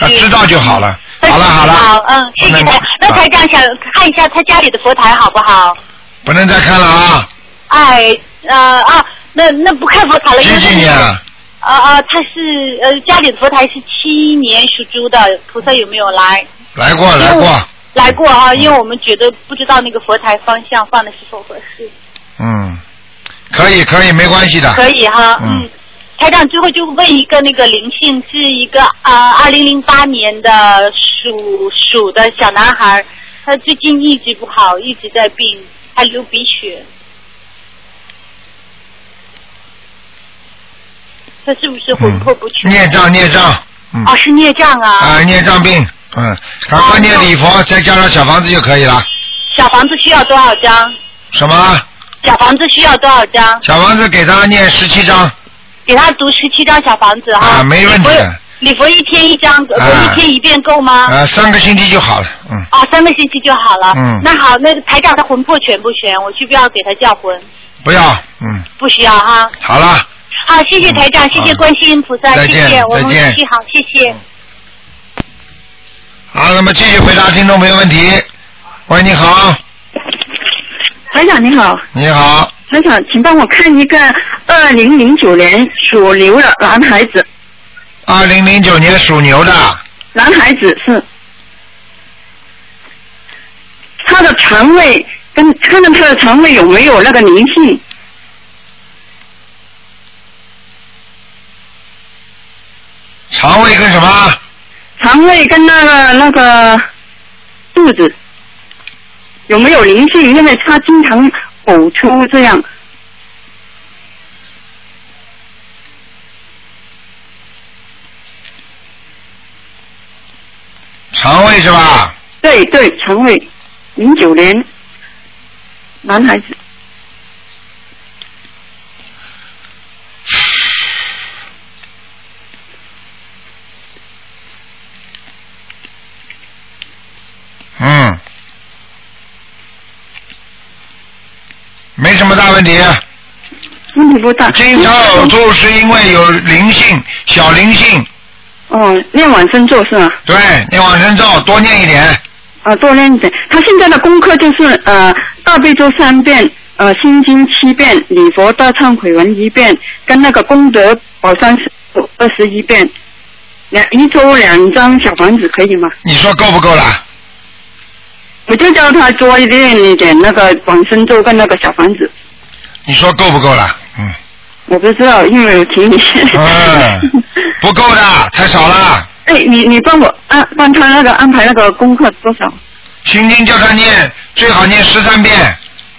A: 啊，知道就好了，
G: 他
A: 好了 好了，
G: 嗯，谢谢
A: 不能
G: 台。那台长想看一下他家里的佛台好不好？
A: 不能再看了啊，
G: 哎，呃啊，那那不看佛台了，因
A: 几
G: 为他
A: 几
G: 是
A: 年啊？
G: 啊啊，他是呃家里的佛台是七一年属猪的，菩萨有没有来？
A: 来过来
G: 因为
A: 过
G: 我，来过啊，因为我们觉得不知道那个佛台方向放的是否合适，
A: 嗯，可以可以，没关系的，
G: 可以哈，
A: 嗯
G: 嗯。台长最后就问一个那个灵性是一个啊，二零零八年的属鼠的小男孩，他最近一直不好，一直在病，还流鼻血。他是不是魂魄不全？
A: 孽障孽障，嗯
G: 哦，是孽障啊！
A: 啊，孽障病，嗯，赶快念礼佛，再加上小房子就可以了。
G: 小房子需要多少张？
A: 什么？
G: 小房子需要多少张？
A: 啊小房子给他念十七章，
G: 给他读十七张小房子哈。
A: 啊没问题的
G: 礼佛。礼佛一天一张，呃
A: 啊
G: 一天一遍够吗？
A: 啊，三个星期就好了，嗯，
G: 啊，三个星期就好了。
A: 嗯
G: 那好，那个台长他魂魄全不全？我需不要给他叫魂？
A: 不要，嗯，
G: 不需要哈。
A: 好了，
G: 好，谢谢台长，
A: 嗯
G: 谢谢观世音菩萨，
A: 再
G: 谢
A: 见
G: 谢我
A: 再
G: 们
A: 见
G: 继续好，谢谢。
A: 好，那么继续回答听众朋友问题。喂，你好，
C: 台长你好，
A: 你好，
C: 台长，请帮我看一个二零零九年属牛的男孩子，
A: 二零零九年属牛的，
C: 男孩子是他的肠胃跟看看他的肠胃有没有那个灵性，
A: 肠胃跟什么？
C: 肠胃跟那个那个肚子有没有灵性？因为他经常呕吐这样，
A: 肠胃是吧？
C: 对对，肠胃，零九年男孩子，
A: 嗯，没什么大问题。
C: 问题不大。
A: 经常呕吐是因为有灵性，小灵性。
C: 哦，念往生咒是吗？
A: 对，念往生咒多念一点。
C: 啊，多练一点。他现在的功课就是呃，大悲咒三遍，呃，心经七遍，礼佛大忏悔文一遍，跟那个功德宝山二十一遍，两一周两张小房子可以吗？
A: 你说够不够啦？
C: 我就叫他多练一点那个往生咒跟那个小房子。
A: 你说够不够啦？嗯，
C: 我不知道，因为我请你。
A: 嗯不够的，太少了。
C: 哎，你你帮我安帮他那个安排那个功课多少？
A: 心经叫他念，最好念十三遍。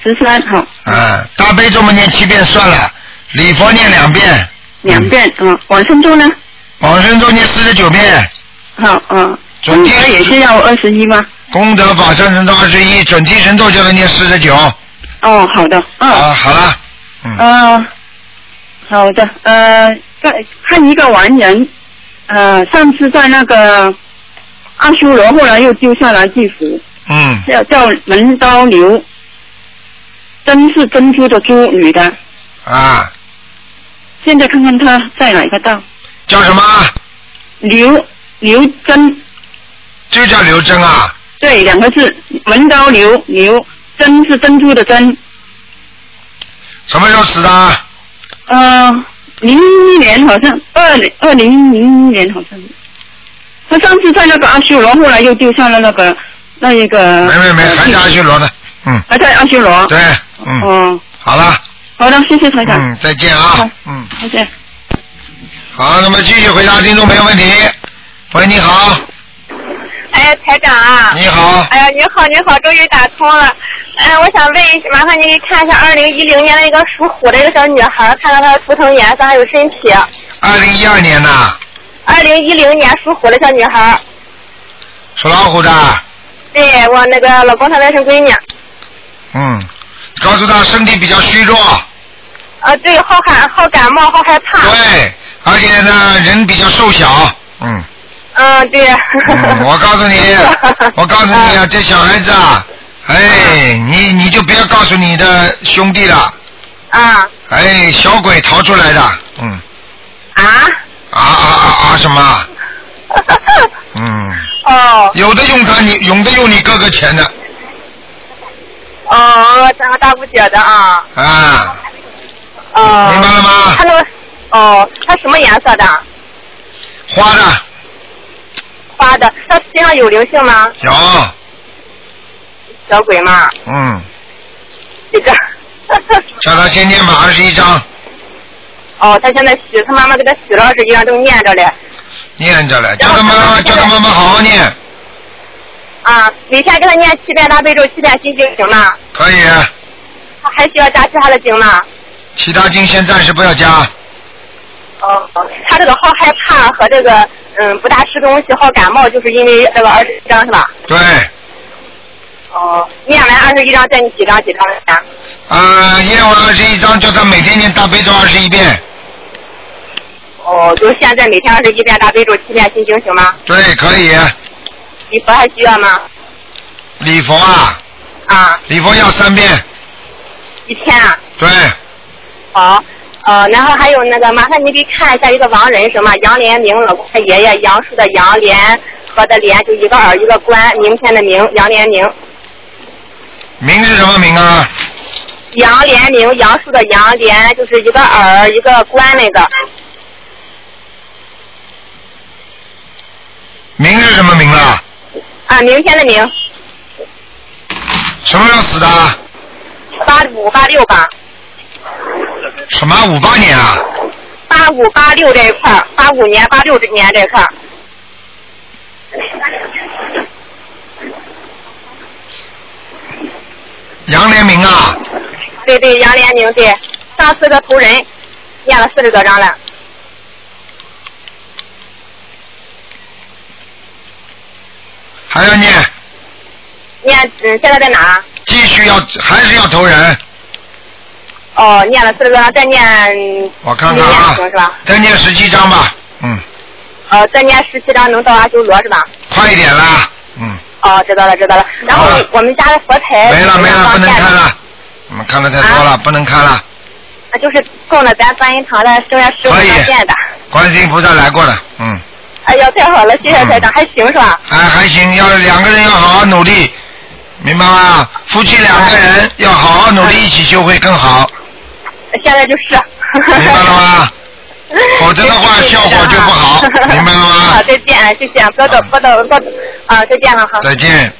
C: 十三好，
A: 啊，大悲咒嘛念七遍算了，礼佛念两遍，
C: 两遍嗯、往生咒呢？
A: 往生咒念四十九遍，
C: 好嗯，
A: 总
C: 功
A: 计
C: 德也是要二十一吗？
A: 功德宝山神咒二十一，准提神咒叫他念四十九。
C: 哦，好的，嗯、
A: 啊，好了，嗯，
C: 呃，好的，呃，再看一个完人，呃，上次在那个阿修罗，后来又丢下来地府，
A: 嗯，
C: 叫叫门刀牛，真是珍珠的珠，女的。
A: 啊，
C: 现在看看她在哪一个道，
A: 叫什么？
C: 刘刘真，
A: 就叫刘真啊？
H: 对，两个字，文刀流流，珍是珍珠的珍。
A: 什么时候死的？
H: 呃，零一年好像，二零二零零一年好像。他上次在那个阿修罗，后来又丢下了那个那一个。
A: 没没没，还是阿修罗呢。嗯，
H: 还在阿修罗。
A: 对，嗯，
H: 哦，
A: 好了，
H: 好的，谢谢台长，
A: 嗯，再见啊
H: 好，
A: 嗯，
H: 再见。
A: 好，那么继续回答听众朋友问题。喂，你好，
I: 哎，台长啊！
A: 你好，
I: 哎呀，您好，您好，终于打通了。哎，我想问一下，麻烦您给看一下二零一零年的一个属虎的一个小女孩，看看她的图腾颜色还有身体。
A: 二零一二年呐、
I: 二零一零年属虎的小女孩，
A: 属老虎的，
I: 对我那个老公他外甥闺女。
A: 嗯，告诉他身体比较虚弱，
I: 啊，对，好感好感冒，好害怕。
A: 对，哎而且呢人比较瘦小，嗯，
I: 嗯，对。
A: 嗯，我告诉你， 我告诉你啊，这小孩子啊，哎，你你就不要告诉你的兄弟了，
I: 啊
A: 哎，小鬼逃出来的，嗯，
I: 啊！
A: 啊啊啊啊什么，嗯，
I: 哦
A: 有的用他你有的用你哥哥钱的
I: 哦，咱大姑姐的啊。
A: 啊，
I: 哦。
A: 明白了吗
I: 她那个哦，她什么颜色的？
A: 花的
I: 花的。她身上有灵性吗？
A: 有，
I: 小鬼嘛，
A: 嗯，
I: 这个。
A: 叫他先念吧，二十一章
I: 哦，他现在许，他妈妈给他许了二十一张，正念着嘞。
A: 念着了，叫他
I: 然后
A: 妈妈
I: 他现在
A: 叫他妈妈好好念，
I: 啊，每天给他念七遍大悲咒，七遍心经行吗？
A: 可以，啊
I: 他还需要加其他的经吗？
A: 其他经先暂时不要加，
I: 哦，他这个好害怕和这个嗯不大吃东西、好感冒，就是因为这个二十一张是吧？
A: 对，
I: 哦，念完二十一张，再你几张几张呀？
A: 啊，念完二十一章，叫他每天念大悲咒二十一遍，
I: 哦，就是现在每天二十一遍大悲咒，七遍心经行吗？
A: 对，可以，啊
I: 礼佛还需要吗？
A: 礼佛啊，
I: 啊，
A: 礼佛要三遍，
I: 一天啊。
A: 对，
I: 好，呃，然后还有那个，麻烦您给看一下一个亡人什么杨连明老公他爷爷杨树的杨连和的连，就一个耳一个关，明天的明杨连明，
A: 名是什么名啊？
I: 杨连明杨树的杨连就是一个耳一个关那个
A: 名是什么名啊？
I: 啊，明天的明
A: 什么时候死的啊？
I: 八五八六吧，
A: 什么五八年啊？
I: 八五八六这一块儿，八五年八六年这一块儿，
A: 杨连明啊？
I: 对对，杨连明对，上次个头人念了四十多章了，
A: 还要念，
I: 念嗯现在在哪？
A: 继续要还是要投人？
I: 哦，念了四十多章，再念
A: 我看看啊
I: 明年行是吧，
A: 再念十七章吧，嗯，
I: 呃，再念十七章能到阿修罗是吧？
A: 快一点啦，嗯，
I: 哦，知道了，知道了。然后
A: 好了
I: 我我们家的佛台
A: 啊没了没了，不能看
I: 了。
A: 了，我嗯们看的太多了，
I: 啊
A: 不能看了。
I: 啊，就是供了咱观音堂的正月十五
A: 可以
I: 上线的。
A: 观世音菩萨来过了，嗯，
I: 哎呀，太好了，谢谢台长，还行是吧？
A: 还还行，要两个人要好好努力，明白吗？夫妻两个人要好好努力，一起就会更好，
I: 现在就是。
A: 明白了 吗？否则的话
I: 谢谢
A: 效果就不好
I: 台长啊
A: 明白了吗
I: 好，再见，谢谢，不要等，不要等，不要等，啊，再见了哈。
A: 再见。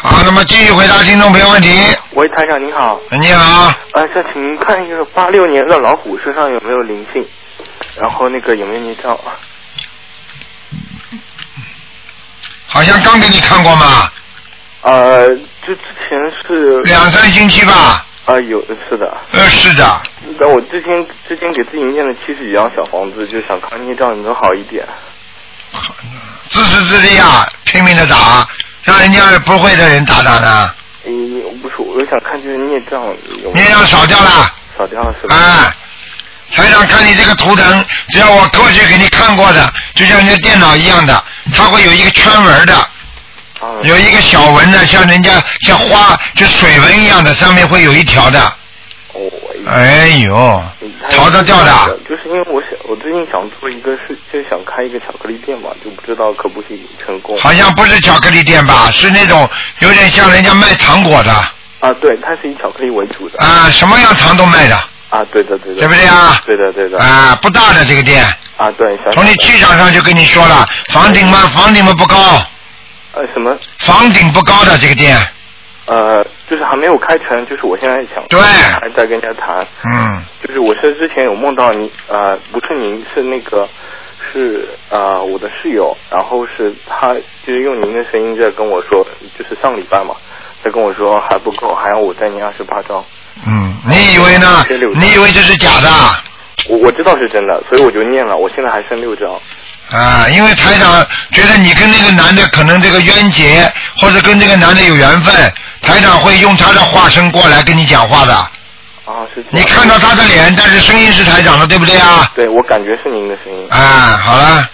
A: 好，那么继续回答听众朋友问题。
J: 喂，台长您好，
A: 你好，
J: 呃，想请您看一个八六年的老虎身上有没有灵性，然后那个有没啊有孽障？
A: 好像刚给你看过嘛，
J: 呃，就之前是
A: 两三星期吧。
J: 啊、有是的，
A: 呃，是的，
J: 但我之前之前给自己念了七十几张小房子，就想看孽障能好一点。
A: 自私自利啊，拼命的打，让人家不会的人打打的，
J: 嗯，我不是，我想看就是孽障有没
A: 孽
J: 有
A: 障少掉了。
J: 少掉了是吧？
A: 啊，台长看你这个图腾，只要我过去给你看过的，就像人家电脑一样的，它会有一个圈纹的，
J: 啊，
A: 有一个小纹的，像人家像花就水纹一样的，上面会有一条的
J: 我、
A: 哎呦，哎
J: 逃
A: 着掉的，
J: 哎就是因为我想，我最近想做一个事，就想开一个巧克力店嘛，就不知道可不可以成功。
A: 好像不是巧克力店吧？是那种有点像人家卖糖果的
J: 啊，对，它是以巧克力为主的
A: 啊，什么样糖都卖的
J: 啊，对的对的，
A: 对不对啊
J: 对的对的
A: 啊，不大的这个店。
J: 啊，对，小
A: 从你气场上就跟你说了，房顶嘛，房顶嘛不高，
J: 呃什么
A: 房顶不高的这个店，
J: 呃，就是还没有开成，就是我现在想
A: 对
J: 还在跟人家谈，
A: 嗯，
J: 就是我是之前有梦到您，呃，不是您，是那个是呃我的室友，然后是他就是用您的声音在跟我说，就是上礼拜嘛，在跟我说还不够，还要我再念二十八章。
A: 嗯，你以为呢？你以为这是假的啊？
J: 我我知道是真的，所以我就念了，我现在还剩六章。
A: 啊，因为台长觉得你跟那个男的可能这个冤结，或者跟这个男的有缘分，台长会用他的化身过来跟你讲话的。
J: 啊，是
A: 你看到他的脸，但是声音是台长的，对不对啊？
J: 对，我感觉是您的声音。
A: 啊，好了，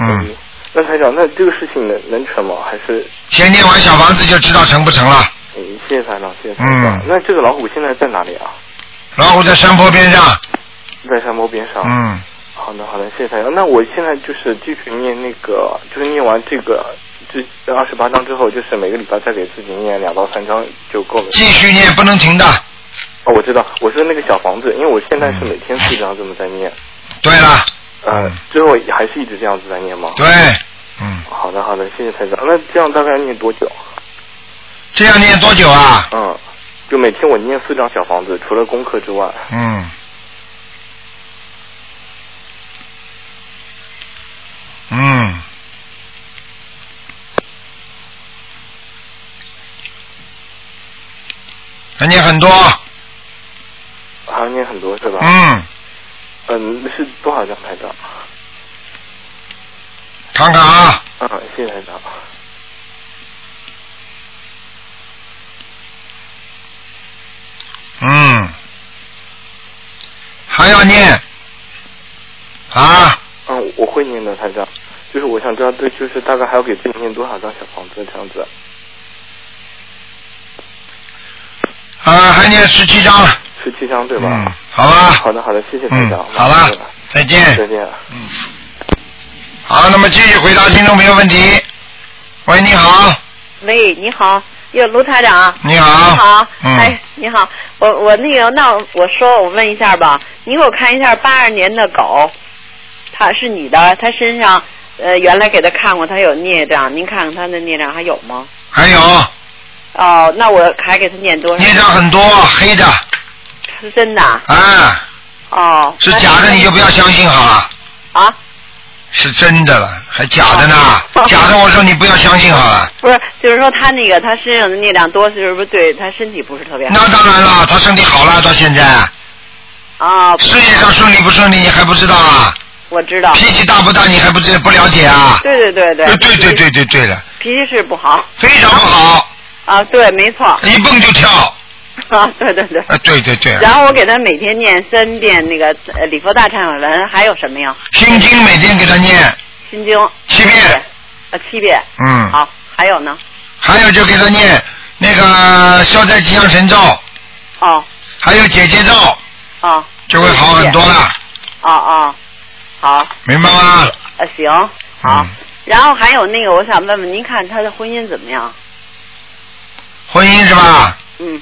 A: 嗯，
J: 那台长，那这个事情能能成吗？还是
A: 先念完小房子就知道成不成了。
J: 嗯，谢谢台长，谢谢台长。
A: 嗯
J: 那这个老虎现在在哪里啊？
A: 老虎在山坡边上，
J: 在山坡边上。
A: 嗯，
J: 好的，好的，谢谢台长。那我现在就是继续念那个，就是念完这个这二十八章之后，就是每个礼拜再给自己念两到三章就够了。
A: 继续念不能停的。
J: 哦，我知道，我说那个小房子，因为我现在
A: 嗯
J: 是每天四章这么在念，
A: 对了，
J: 嗯，最后还是一直这样子在念吗？
A: 对，
J: 好的，好的，谢谢台长。那这样大概要念多久？
A: 这样念多久啊？
J: 嗯，就每天我念四张小房子，除了功课之外，
A: 嗯。嗯。还念很多，
J: 还要念很多是吧？
A: 嗯，
J: 嗯，是多少张台长？
A: 看看啊，
J: 嗯，谢谢台长。
A: 嗯，还要念啊？
J: 嗯，我会念的，台长。就是我想知道，对，就是大概还要给自己念多少张小房子这样子？
A: 啊，还念十七章，
J: 十七张对吧？
A: 嗯好吧
J: 好的，好的，谢谢台长。
A: 嗯好了再见
J: 再见。
A: 好，那么继续回答听众朋友问题。喂，你好，
K: 喂，你好，哟，卢台长啊。
A: 你好
K: 你好。
A: 嗯
K: 哎，你好，我我那个，那我说，我问一下吧，你给我看一下八二年的狗，它是你的，它身上呃原来给它看过，它有孽障，您看看它的孽障还有吗？
A: 还有
K: 哦，那我还给它念多少？
A: 孽障很多，黑的
K: 是真的啊。
A: 啊，
K: 哦。
A: 是假的你就不要相信好了。
K: 啊？
A: 是真的了，还假的呢？假的，我说你不要相信好了。
K: 不是，就是说他那个他身上的孽障多，就是不是对他身体不是特别好？
A: 那当然了，他身体好了，到现在
K: 啊，
A: 事业上顺利不顺利你还不知道啊？
K: 我知道。
A: 脾气大不大你还不知不了解啊？
K: 对对对对
A: 呃。对对对对对了，
K: 脾气是不好。
A: 非常不好。
K: 啊，对，没错。
A: 一蹦就跳。
K: 啊，对对对。
A: 啊对对对。
K: 然后我给他每天念三遍那个呃礼佛大忏悔文，还有什么呀？
A: 心经每天给他念，
K: 心经
A: 七遍，
K: 啊七遍。
A: 嗯
K: 好，还有呢？
A: 还有就给他念那个消灾吉祥神咒，
K: 哦
A: 还有姐姐咒，
K: 哦
A: 就会好很多了，
K: 哦哦，好，
A: 明白吗？
K: 呃行。
A: 好，
K: 然后还有那个，我想问问您看他的婚姻怎么样？
A: 婚姻是吧？
K: 嗯。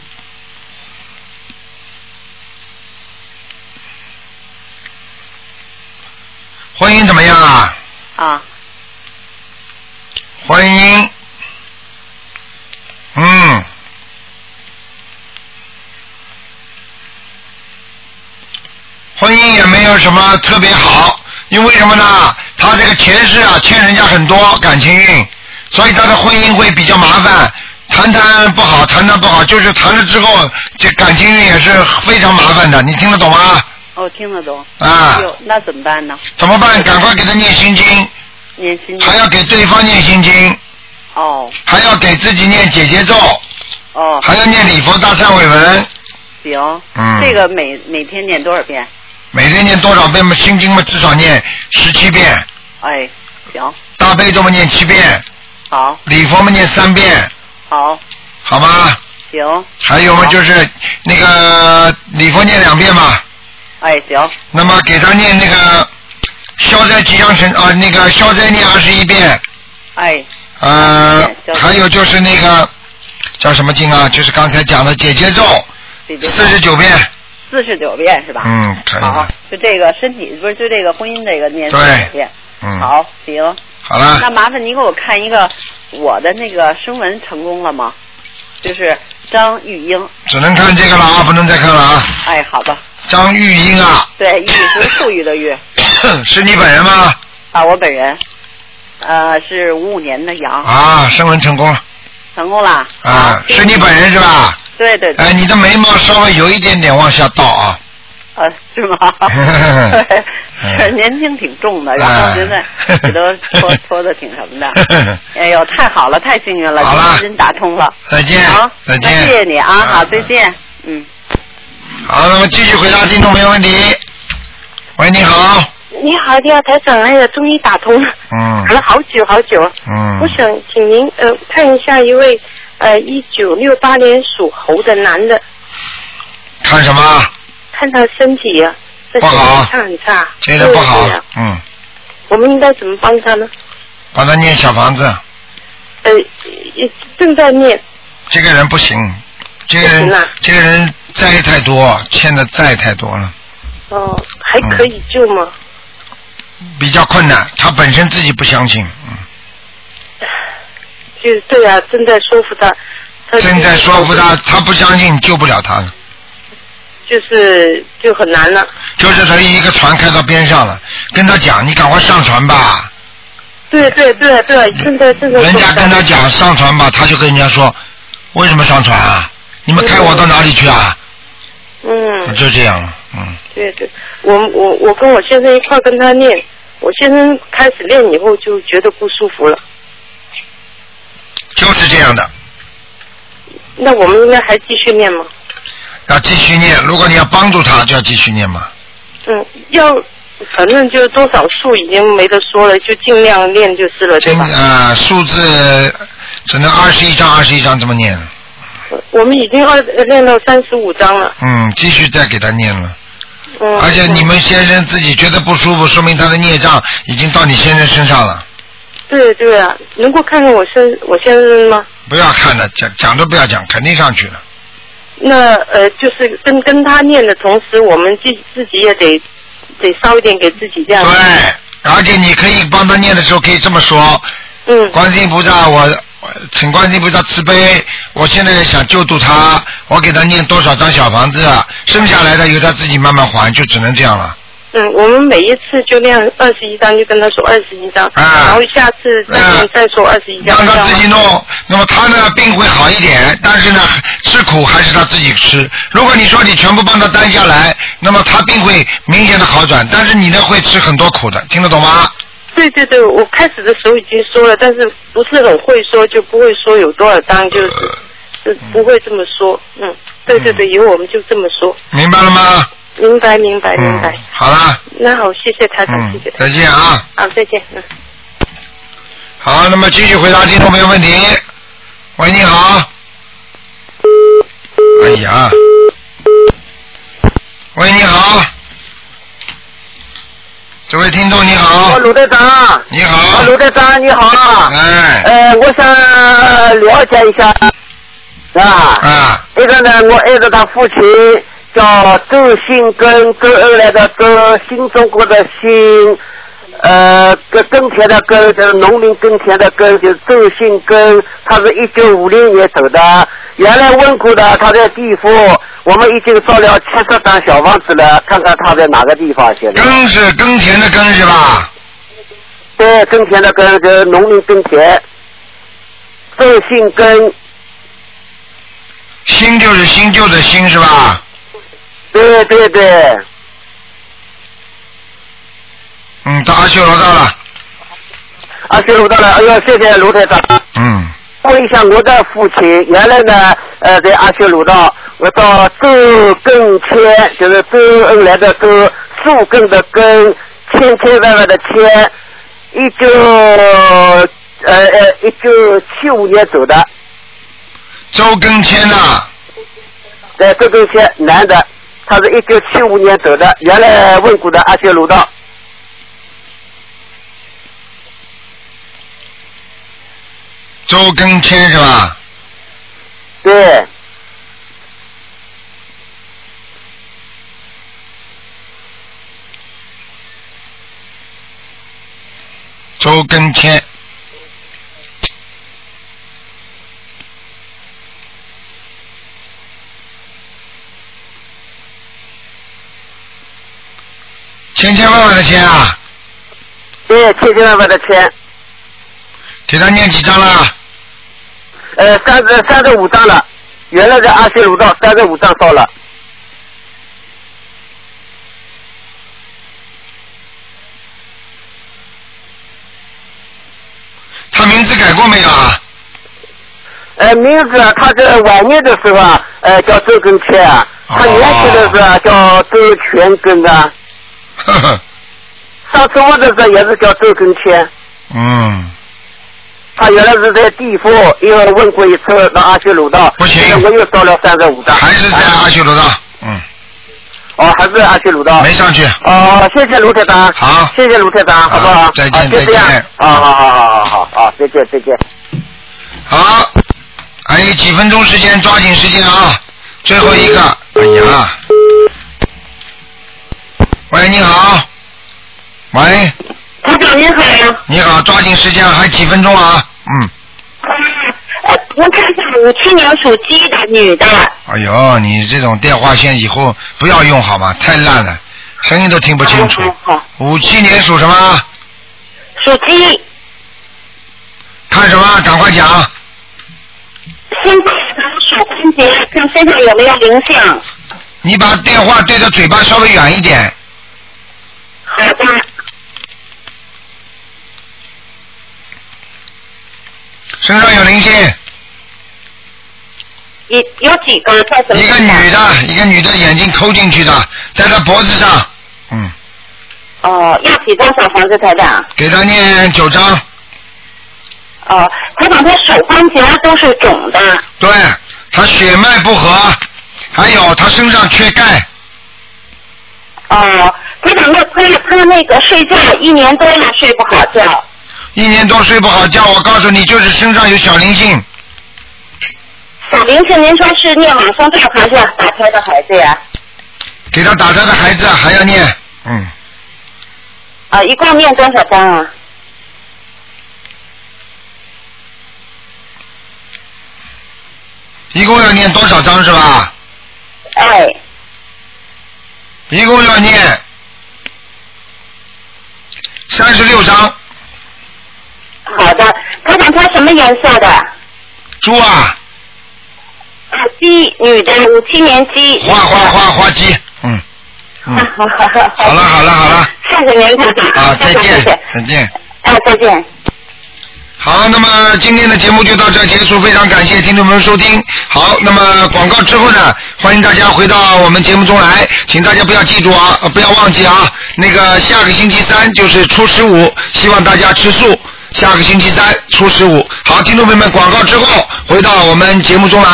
A: 婚姻怎么样啊？
K: 啊，
A: 婚姻，嗯，婚姻也没有什么特别好，因为什么呢？他这个前世啊欠人家很多感情运，所以他的婚姻会比较麻烦，谈谈不好，谈谈不好，就是谈了之后，这感情运也是非常麻烦的，你听得懂吗？
K: 哦，听得懂。
A: 啊
K: 哟，那怎么办呢？
A: 怎么办？赶快给他念心经，
K: 念心经。
A: 还要给对方念心经，
K: 哦
A: 还要给自己念姐姐咒。
K: 哦。
A: 还要念礼佛大忏悔文，
K: 行。
A: 嗯
K: 这个每每天念多少遍？
A: 每天念多少遍嘛？心经嘛，至少念十七遍，
K: 哎，行，
A: 大悲咒嘛念七遍，
K: 好，
A: 礼佛嘛念三遍，
K: 好，
A: 好吗？
K: 行，
A: 还有嘛，就是那个礼佛念两遍吧，
K: 哎，行，
A: 那么给他念那个消灾吉祥神啊、那个消灾念二十一遍，
K: 哎，
A: 呃，还有就是那个叫什么经啊，就是刚才讲的解结咒四十九遍，
K: 四十九遍是吧？
A: 嗯，可以
K: 好
A: 了，，
K: 就这个身体不是就这个婚姻这个念
A: 对
K: 49遍，
A: 嗯，
K: 好，行，
A: 好了
K: 那麻烦您给我看一个我的那个声纹成功了吗？就是张玉英。
A: 只能看这个了啊，不能再看了啊。
K: 哎，好吧。
A: 张玉英啊，
K: 对，玉是富裕的玉。
A: 是你本人吗？
K: 啊，我本人，呃，是五五年的羊，
A: 啊，升温成功了
K: 成功啦。
A: 啊，是你本人是吧？
K: 对对对。
A: 哎，你的眉毛稍微有一点 点往下倒啊，
K: 呃，是 吗？ 对
A: 嗯
K: 是年轻挺重
A: 哎
K: 的，然后觉 得这都搓搓的挺什么的。哎呦，太好了，太幸运了，今天打通了。
A: 再见
K: 好，
A: 再见
K: 那谢谢你啊，好，再见。嗯，
A: 好，那么继续回答听众朋友问题。喂，你好，
L: 你好，你好，台长，哎呀，终于打通了，
A: 嗯
L: 打了好久好久。啊
A: 嗯
L: 我想请您呃看一下一位呃一九六八年属猴的男的，
A: 看什么？
L: 看他身体啊，这
A: 不好
L: 身体很差，
A: 这个不好
L: 对啊，
A: 嗯，
L: 我们应该怎么帮他呢？
A: 帮他念小房子，
L: 呃，也正在念，
A: 这个人不行，这个
L: 不行
A: 人
L: 啊
A: 这个人债太多，欠的债太多了，
L: 哦、还可以救吗？嗯
A: 比较困难，他本身自己不相信，
L: 就是对啊，正在说服他，他
A: 正在说服他，他不相信救不了他了。
L: 就是就很难了。
A: 就是他一个船开到边上了，跟他讲，你赶快上船吧。
L: 对对对对，正在正在
A: 人
L: 说
A: 家
L: 服
A: 跟他讲上船吧，他就跟人家说，为什么上船啊？你们开我到哪里去啊？
L: 嗯。
A: 就这样了，嗯，
L: 对对，我我我跟我先生一块儿跟他念，我先生开始练以后就觉得不舒服了。
A: 就是这样的，
L: 那我们应该还继续念吗？
A: 要继续念。如果你要帮助他，就要继续念嘛。
L: 嗯，要反正就是多少数已经没得说了，就尽量练就是了，对
A: 今
L: 吧？
A: 啊、数字只能二十一章，二十一章这么念，
L: 我们已经二呃练到三十五章了，
A: 嗯，继续再给他念了。
L: 嗯。
A: 而且你们先生自己觉得不舒服，说明他的孽障已经到你先生身上了。
L: 对对啊，能够看看我先我先生吗？
A: 不要看了，讲讲都不要讲，肯定上去了。
L: 那呃，就是跟跟他念的同时，我们自自己也得得烧一点给自己这样。
A: 对，而且你可以帮他念的时候可以这么说，
L: 嗯，
A: 观世音菩萨，我我请观世音菩萨慈悲，我现在想救度他，我给他念多少张小房子，啊剩下来的由他自己慢慢还，就只能这样了。
L: 嗯，我们每一次就练二十一章，就跟他说二十一章，
A: 啊
L: 然后下次再、再说二十一章，
A: 让
L: 这
A: 他
L: 样
A: 自己
L: 吗
A: 弄，那么他呢病会好一点，但是呢吃苦还是他自己吃。如果你说你全部帮他担下来，那么他病会明显的好转，但是你呢会吃很多苦的，听得懂吗？
L: 对对对，我开始的时候已经说了，但是不是很会说，就不会说有多少章，就是、是不会这么说。嗯，嗯对对对，以后我们就这么说。
A: 明白了吗？
L: 明白明白明白。
A: 好啦，
L: 那好，谢谢台长，谢
A: 嗯
L: 谢。，
A: 再见啊。
L: 好，再见。嗯。
A: 好，那么继续回答听众朋友问题。喂，你好。哎呀，喂，你好，这位听众你好。
M: 卢队长。
A: 你
C: 啊
A: 好。
M: 卢队长，你好。
A: 哎。
M: 呃，我想呃了解一下，啊。
A: 啊。
M: 一个呢，我儿子他父亲叫周兴根，周恩来的周，新中国的新，呃，耕耕田的耕，就是农民耕田的耕，就是周兴根。他是一九五零年走的，原来温故的，他在地府，我们已经造了七十张小房子了，看看他在哪个地方现在。
A: 耕是耕田的耕是吧？
M: 对，耕田的耕，就是农民耕田。周姓根，
A: 新就是新旧的新是吧？
M: 对对对，
A: 嗯，到阿修罗道了。
M: 啊，谢谢卢大了，哎呦，谢谢卢台长。
A: 嗯。
M: 问一下我的父亲，原来呢，呃，在阿修罗道，我到周更谦，就是周恩来的周，树根的根，千千万万的千，一九呃呃一九七五年走的，
A: 周庚谦呐、
M: 在这东西男的，他是一九七五年走的，原来问过的阿修罗道。
A: 周庚谦是吧？
M: 对，
A: 周庚谦。千千万万的千啊！
M: 对，千千万万的千。
A: 给他念几张了？
M: 呃，三十三十五张了，原来在阿修罗道三十五张烧了。
A: 他名字改过没有啊？
M: 呃，名字啊，他是晚年的时候啊，呃，叫周根谦啊，
A: 哦
M: 他年轻的时候啊，叫周全根啊。上次我的时候也是叫周根谦，
A: 嗯，
M: 他原来是在地府，因为问过一次到阿修罗道，不行，我又烧了三十五张，还
A: 是在阿修罗道，嗯，
M: 哦，还是阿修罗道，
A: 没上去。
M: 哦，谢谢卢台长，
A: 好，
M: 谢谢卢台长，好不好？
A: 再见
M: 啊就这样
A: 再见
M: 啊，好好好好好好，再见再见。
A: 好，还有几分钟时间，抓紧时间啊！最后一个，哎呀，喂，你好，喂，
C: 台长您好呀，
A: 你好，抓紧时间，还几分钟啊？嗯，
C: 呃，我看一下五七年属鸡的女的，
A: 哎呦，你这种电话线以后不要用好吗？太烂了，声音都听不清楚。五七年属什么？
C: 属鸡，
A: 看什么？赶快讲。
C: 先看手关节，看身上有没有灵性。
A: 你把电话对着嘴巴稍微远一点。
C: 好的。
A: 身上有灵性，
C: 有有几个在啊什么？
A: 一个女的，一个女的眼睛抠进去的，在她脖子上，
C: 哦，要几张小房子，台长？
A: 给她念九章。
C: 哦，台长，她手关节都是肿的。
A: 对，她血脉不和，还有她身上缺钙，
C: 哦，台长，那她她那个睡觉一年多了睡不好觉。
A: 一年多睡不好觉。我告诉你，就是身上有小灵性，
C: 小灵性，您说是念往生咒还是打胎的孩子呀？
A: 给她打她的孩子还要念，嗯，
C: 啊，一共念多少张啊？
A: 一共要念多少章是吧？
C: 哎，
A: 一共要念三十六章。
C: 好的，台长，她什么颜色的？
A: 猪啊，
C: 啊，鸡，女的，五七年鸡。
A: 花花花花鸡，嗯。嗯，
C: 好好好，
A: 好了好了好了，
C: 谢谢您，台长。
A: 啊，再
C: 谢谢
A: 见再见。
C: 啊，再见。
A: 好，那么今天的节目就到这儿结束，非常感谢听众朋友收听。好，那么广告之后呢，欢迎大家回到我们节目中来，请大家不要记住啊，呃不要忘记啊，那个下个星期三就是初十五，希望大家吃素。下个星期三初十五，好，听众朋友们，广告之后回到我们节目中来。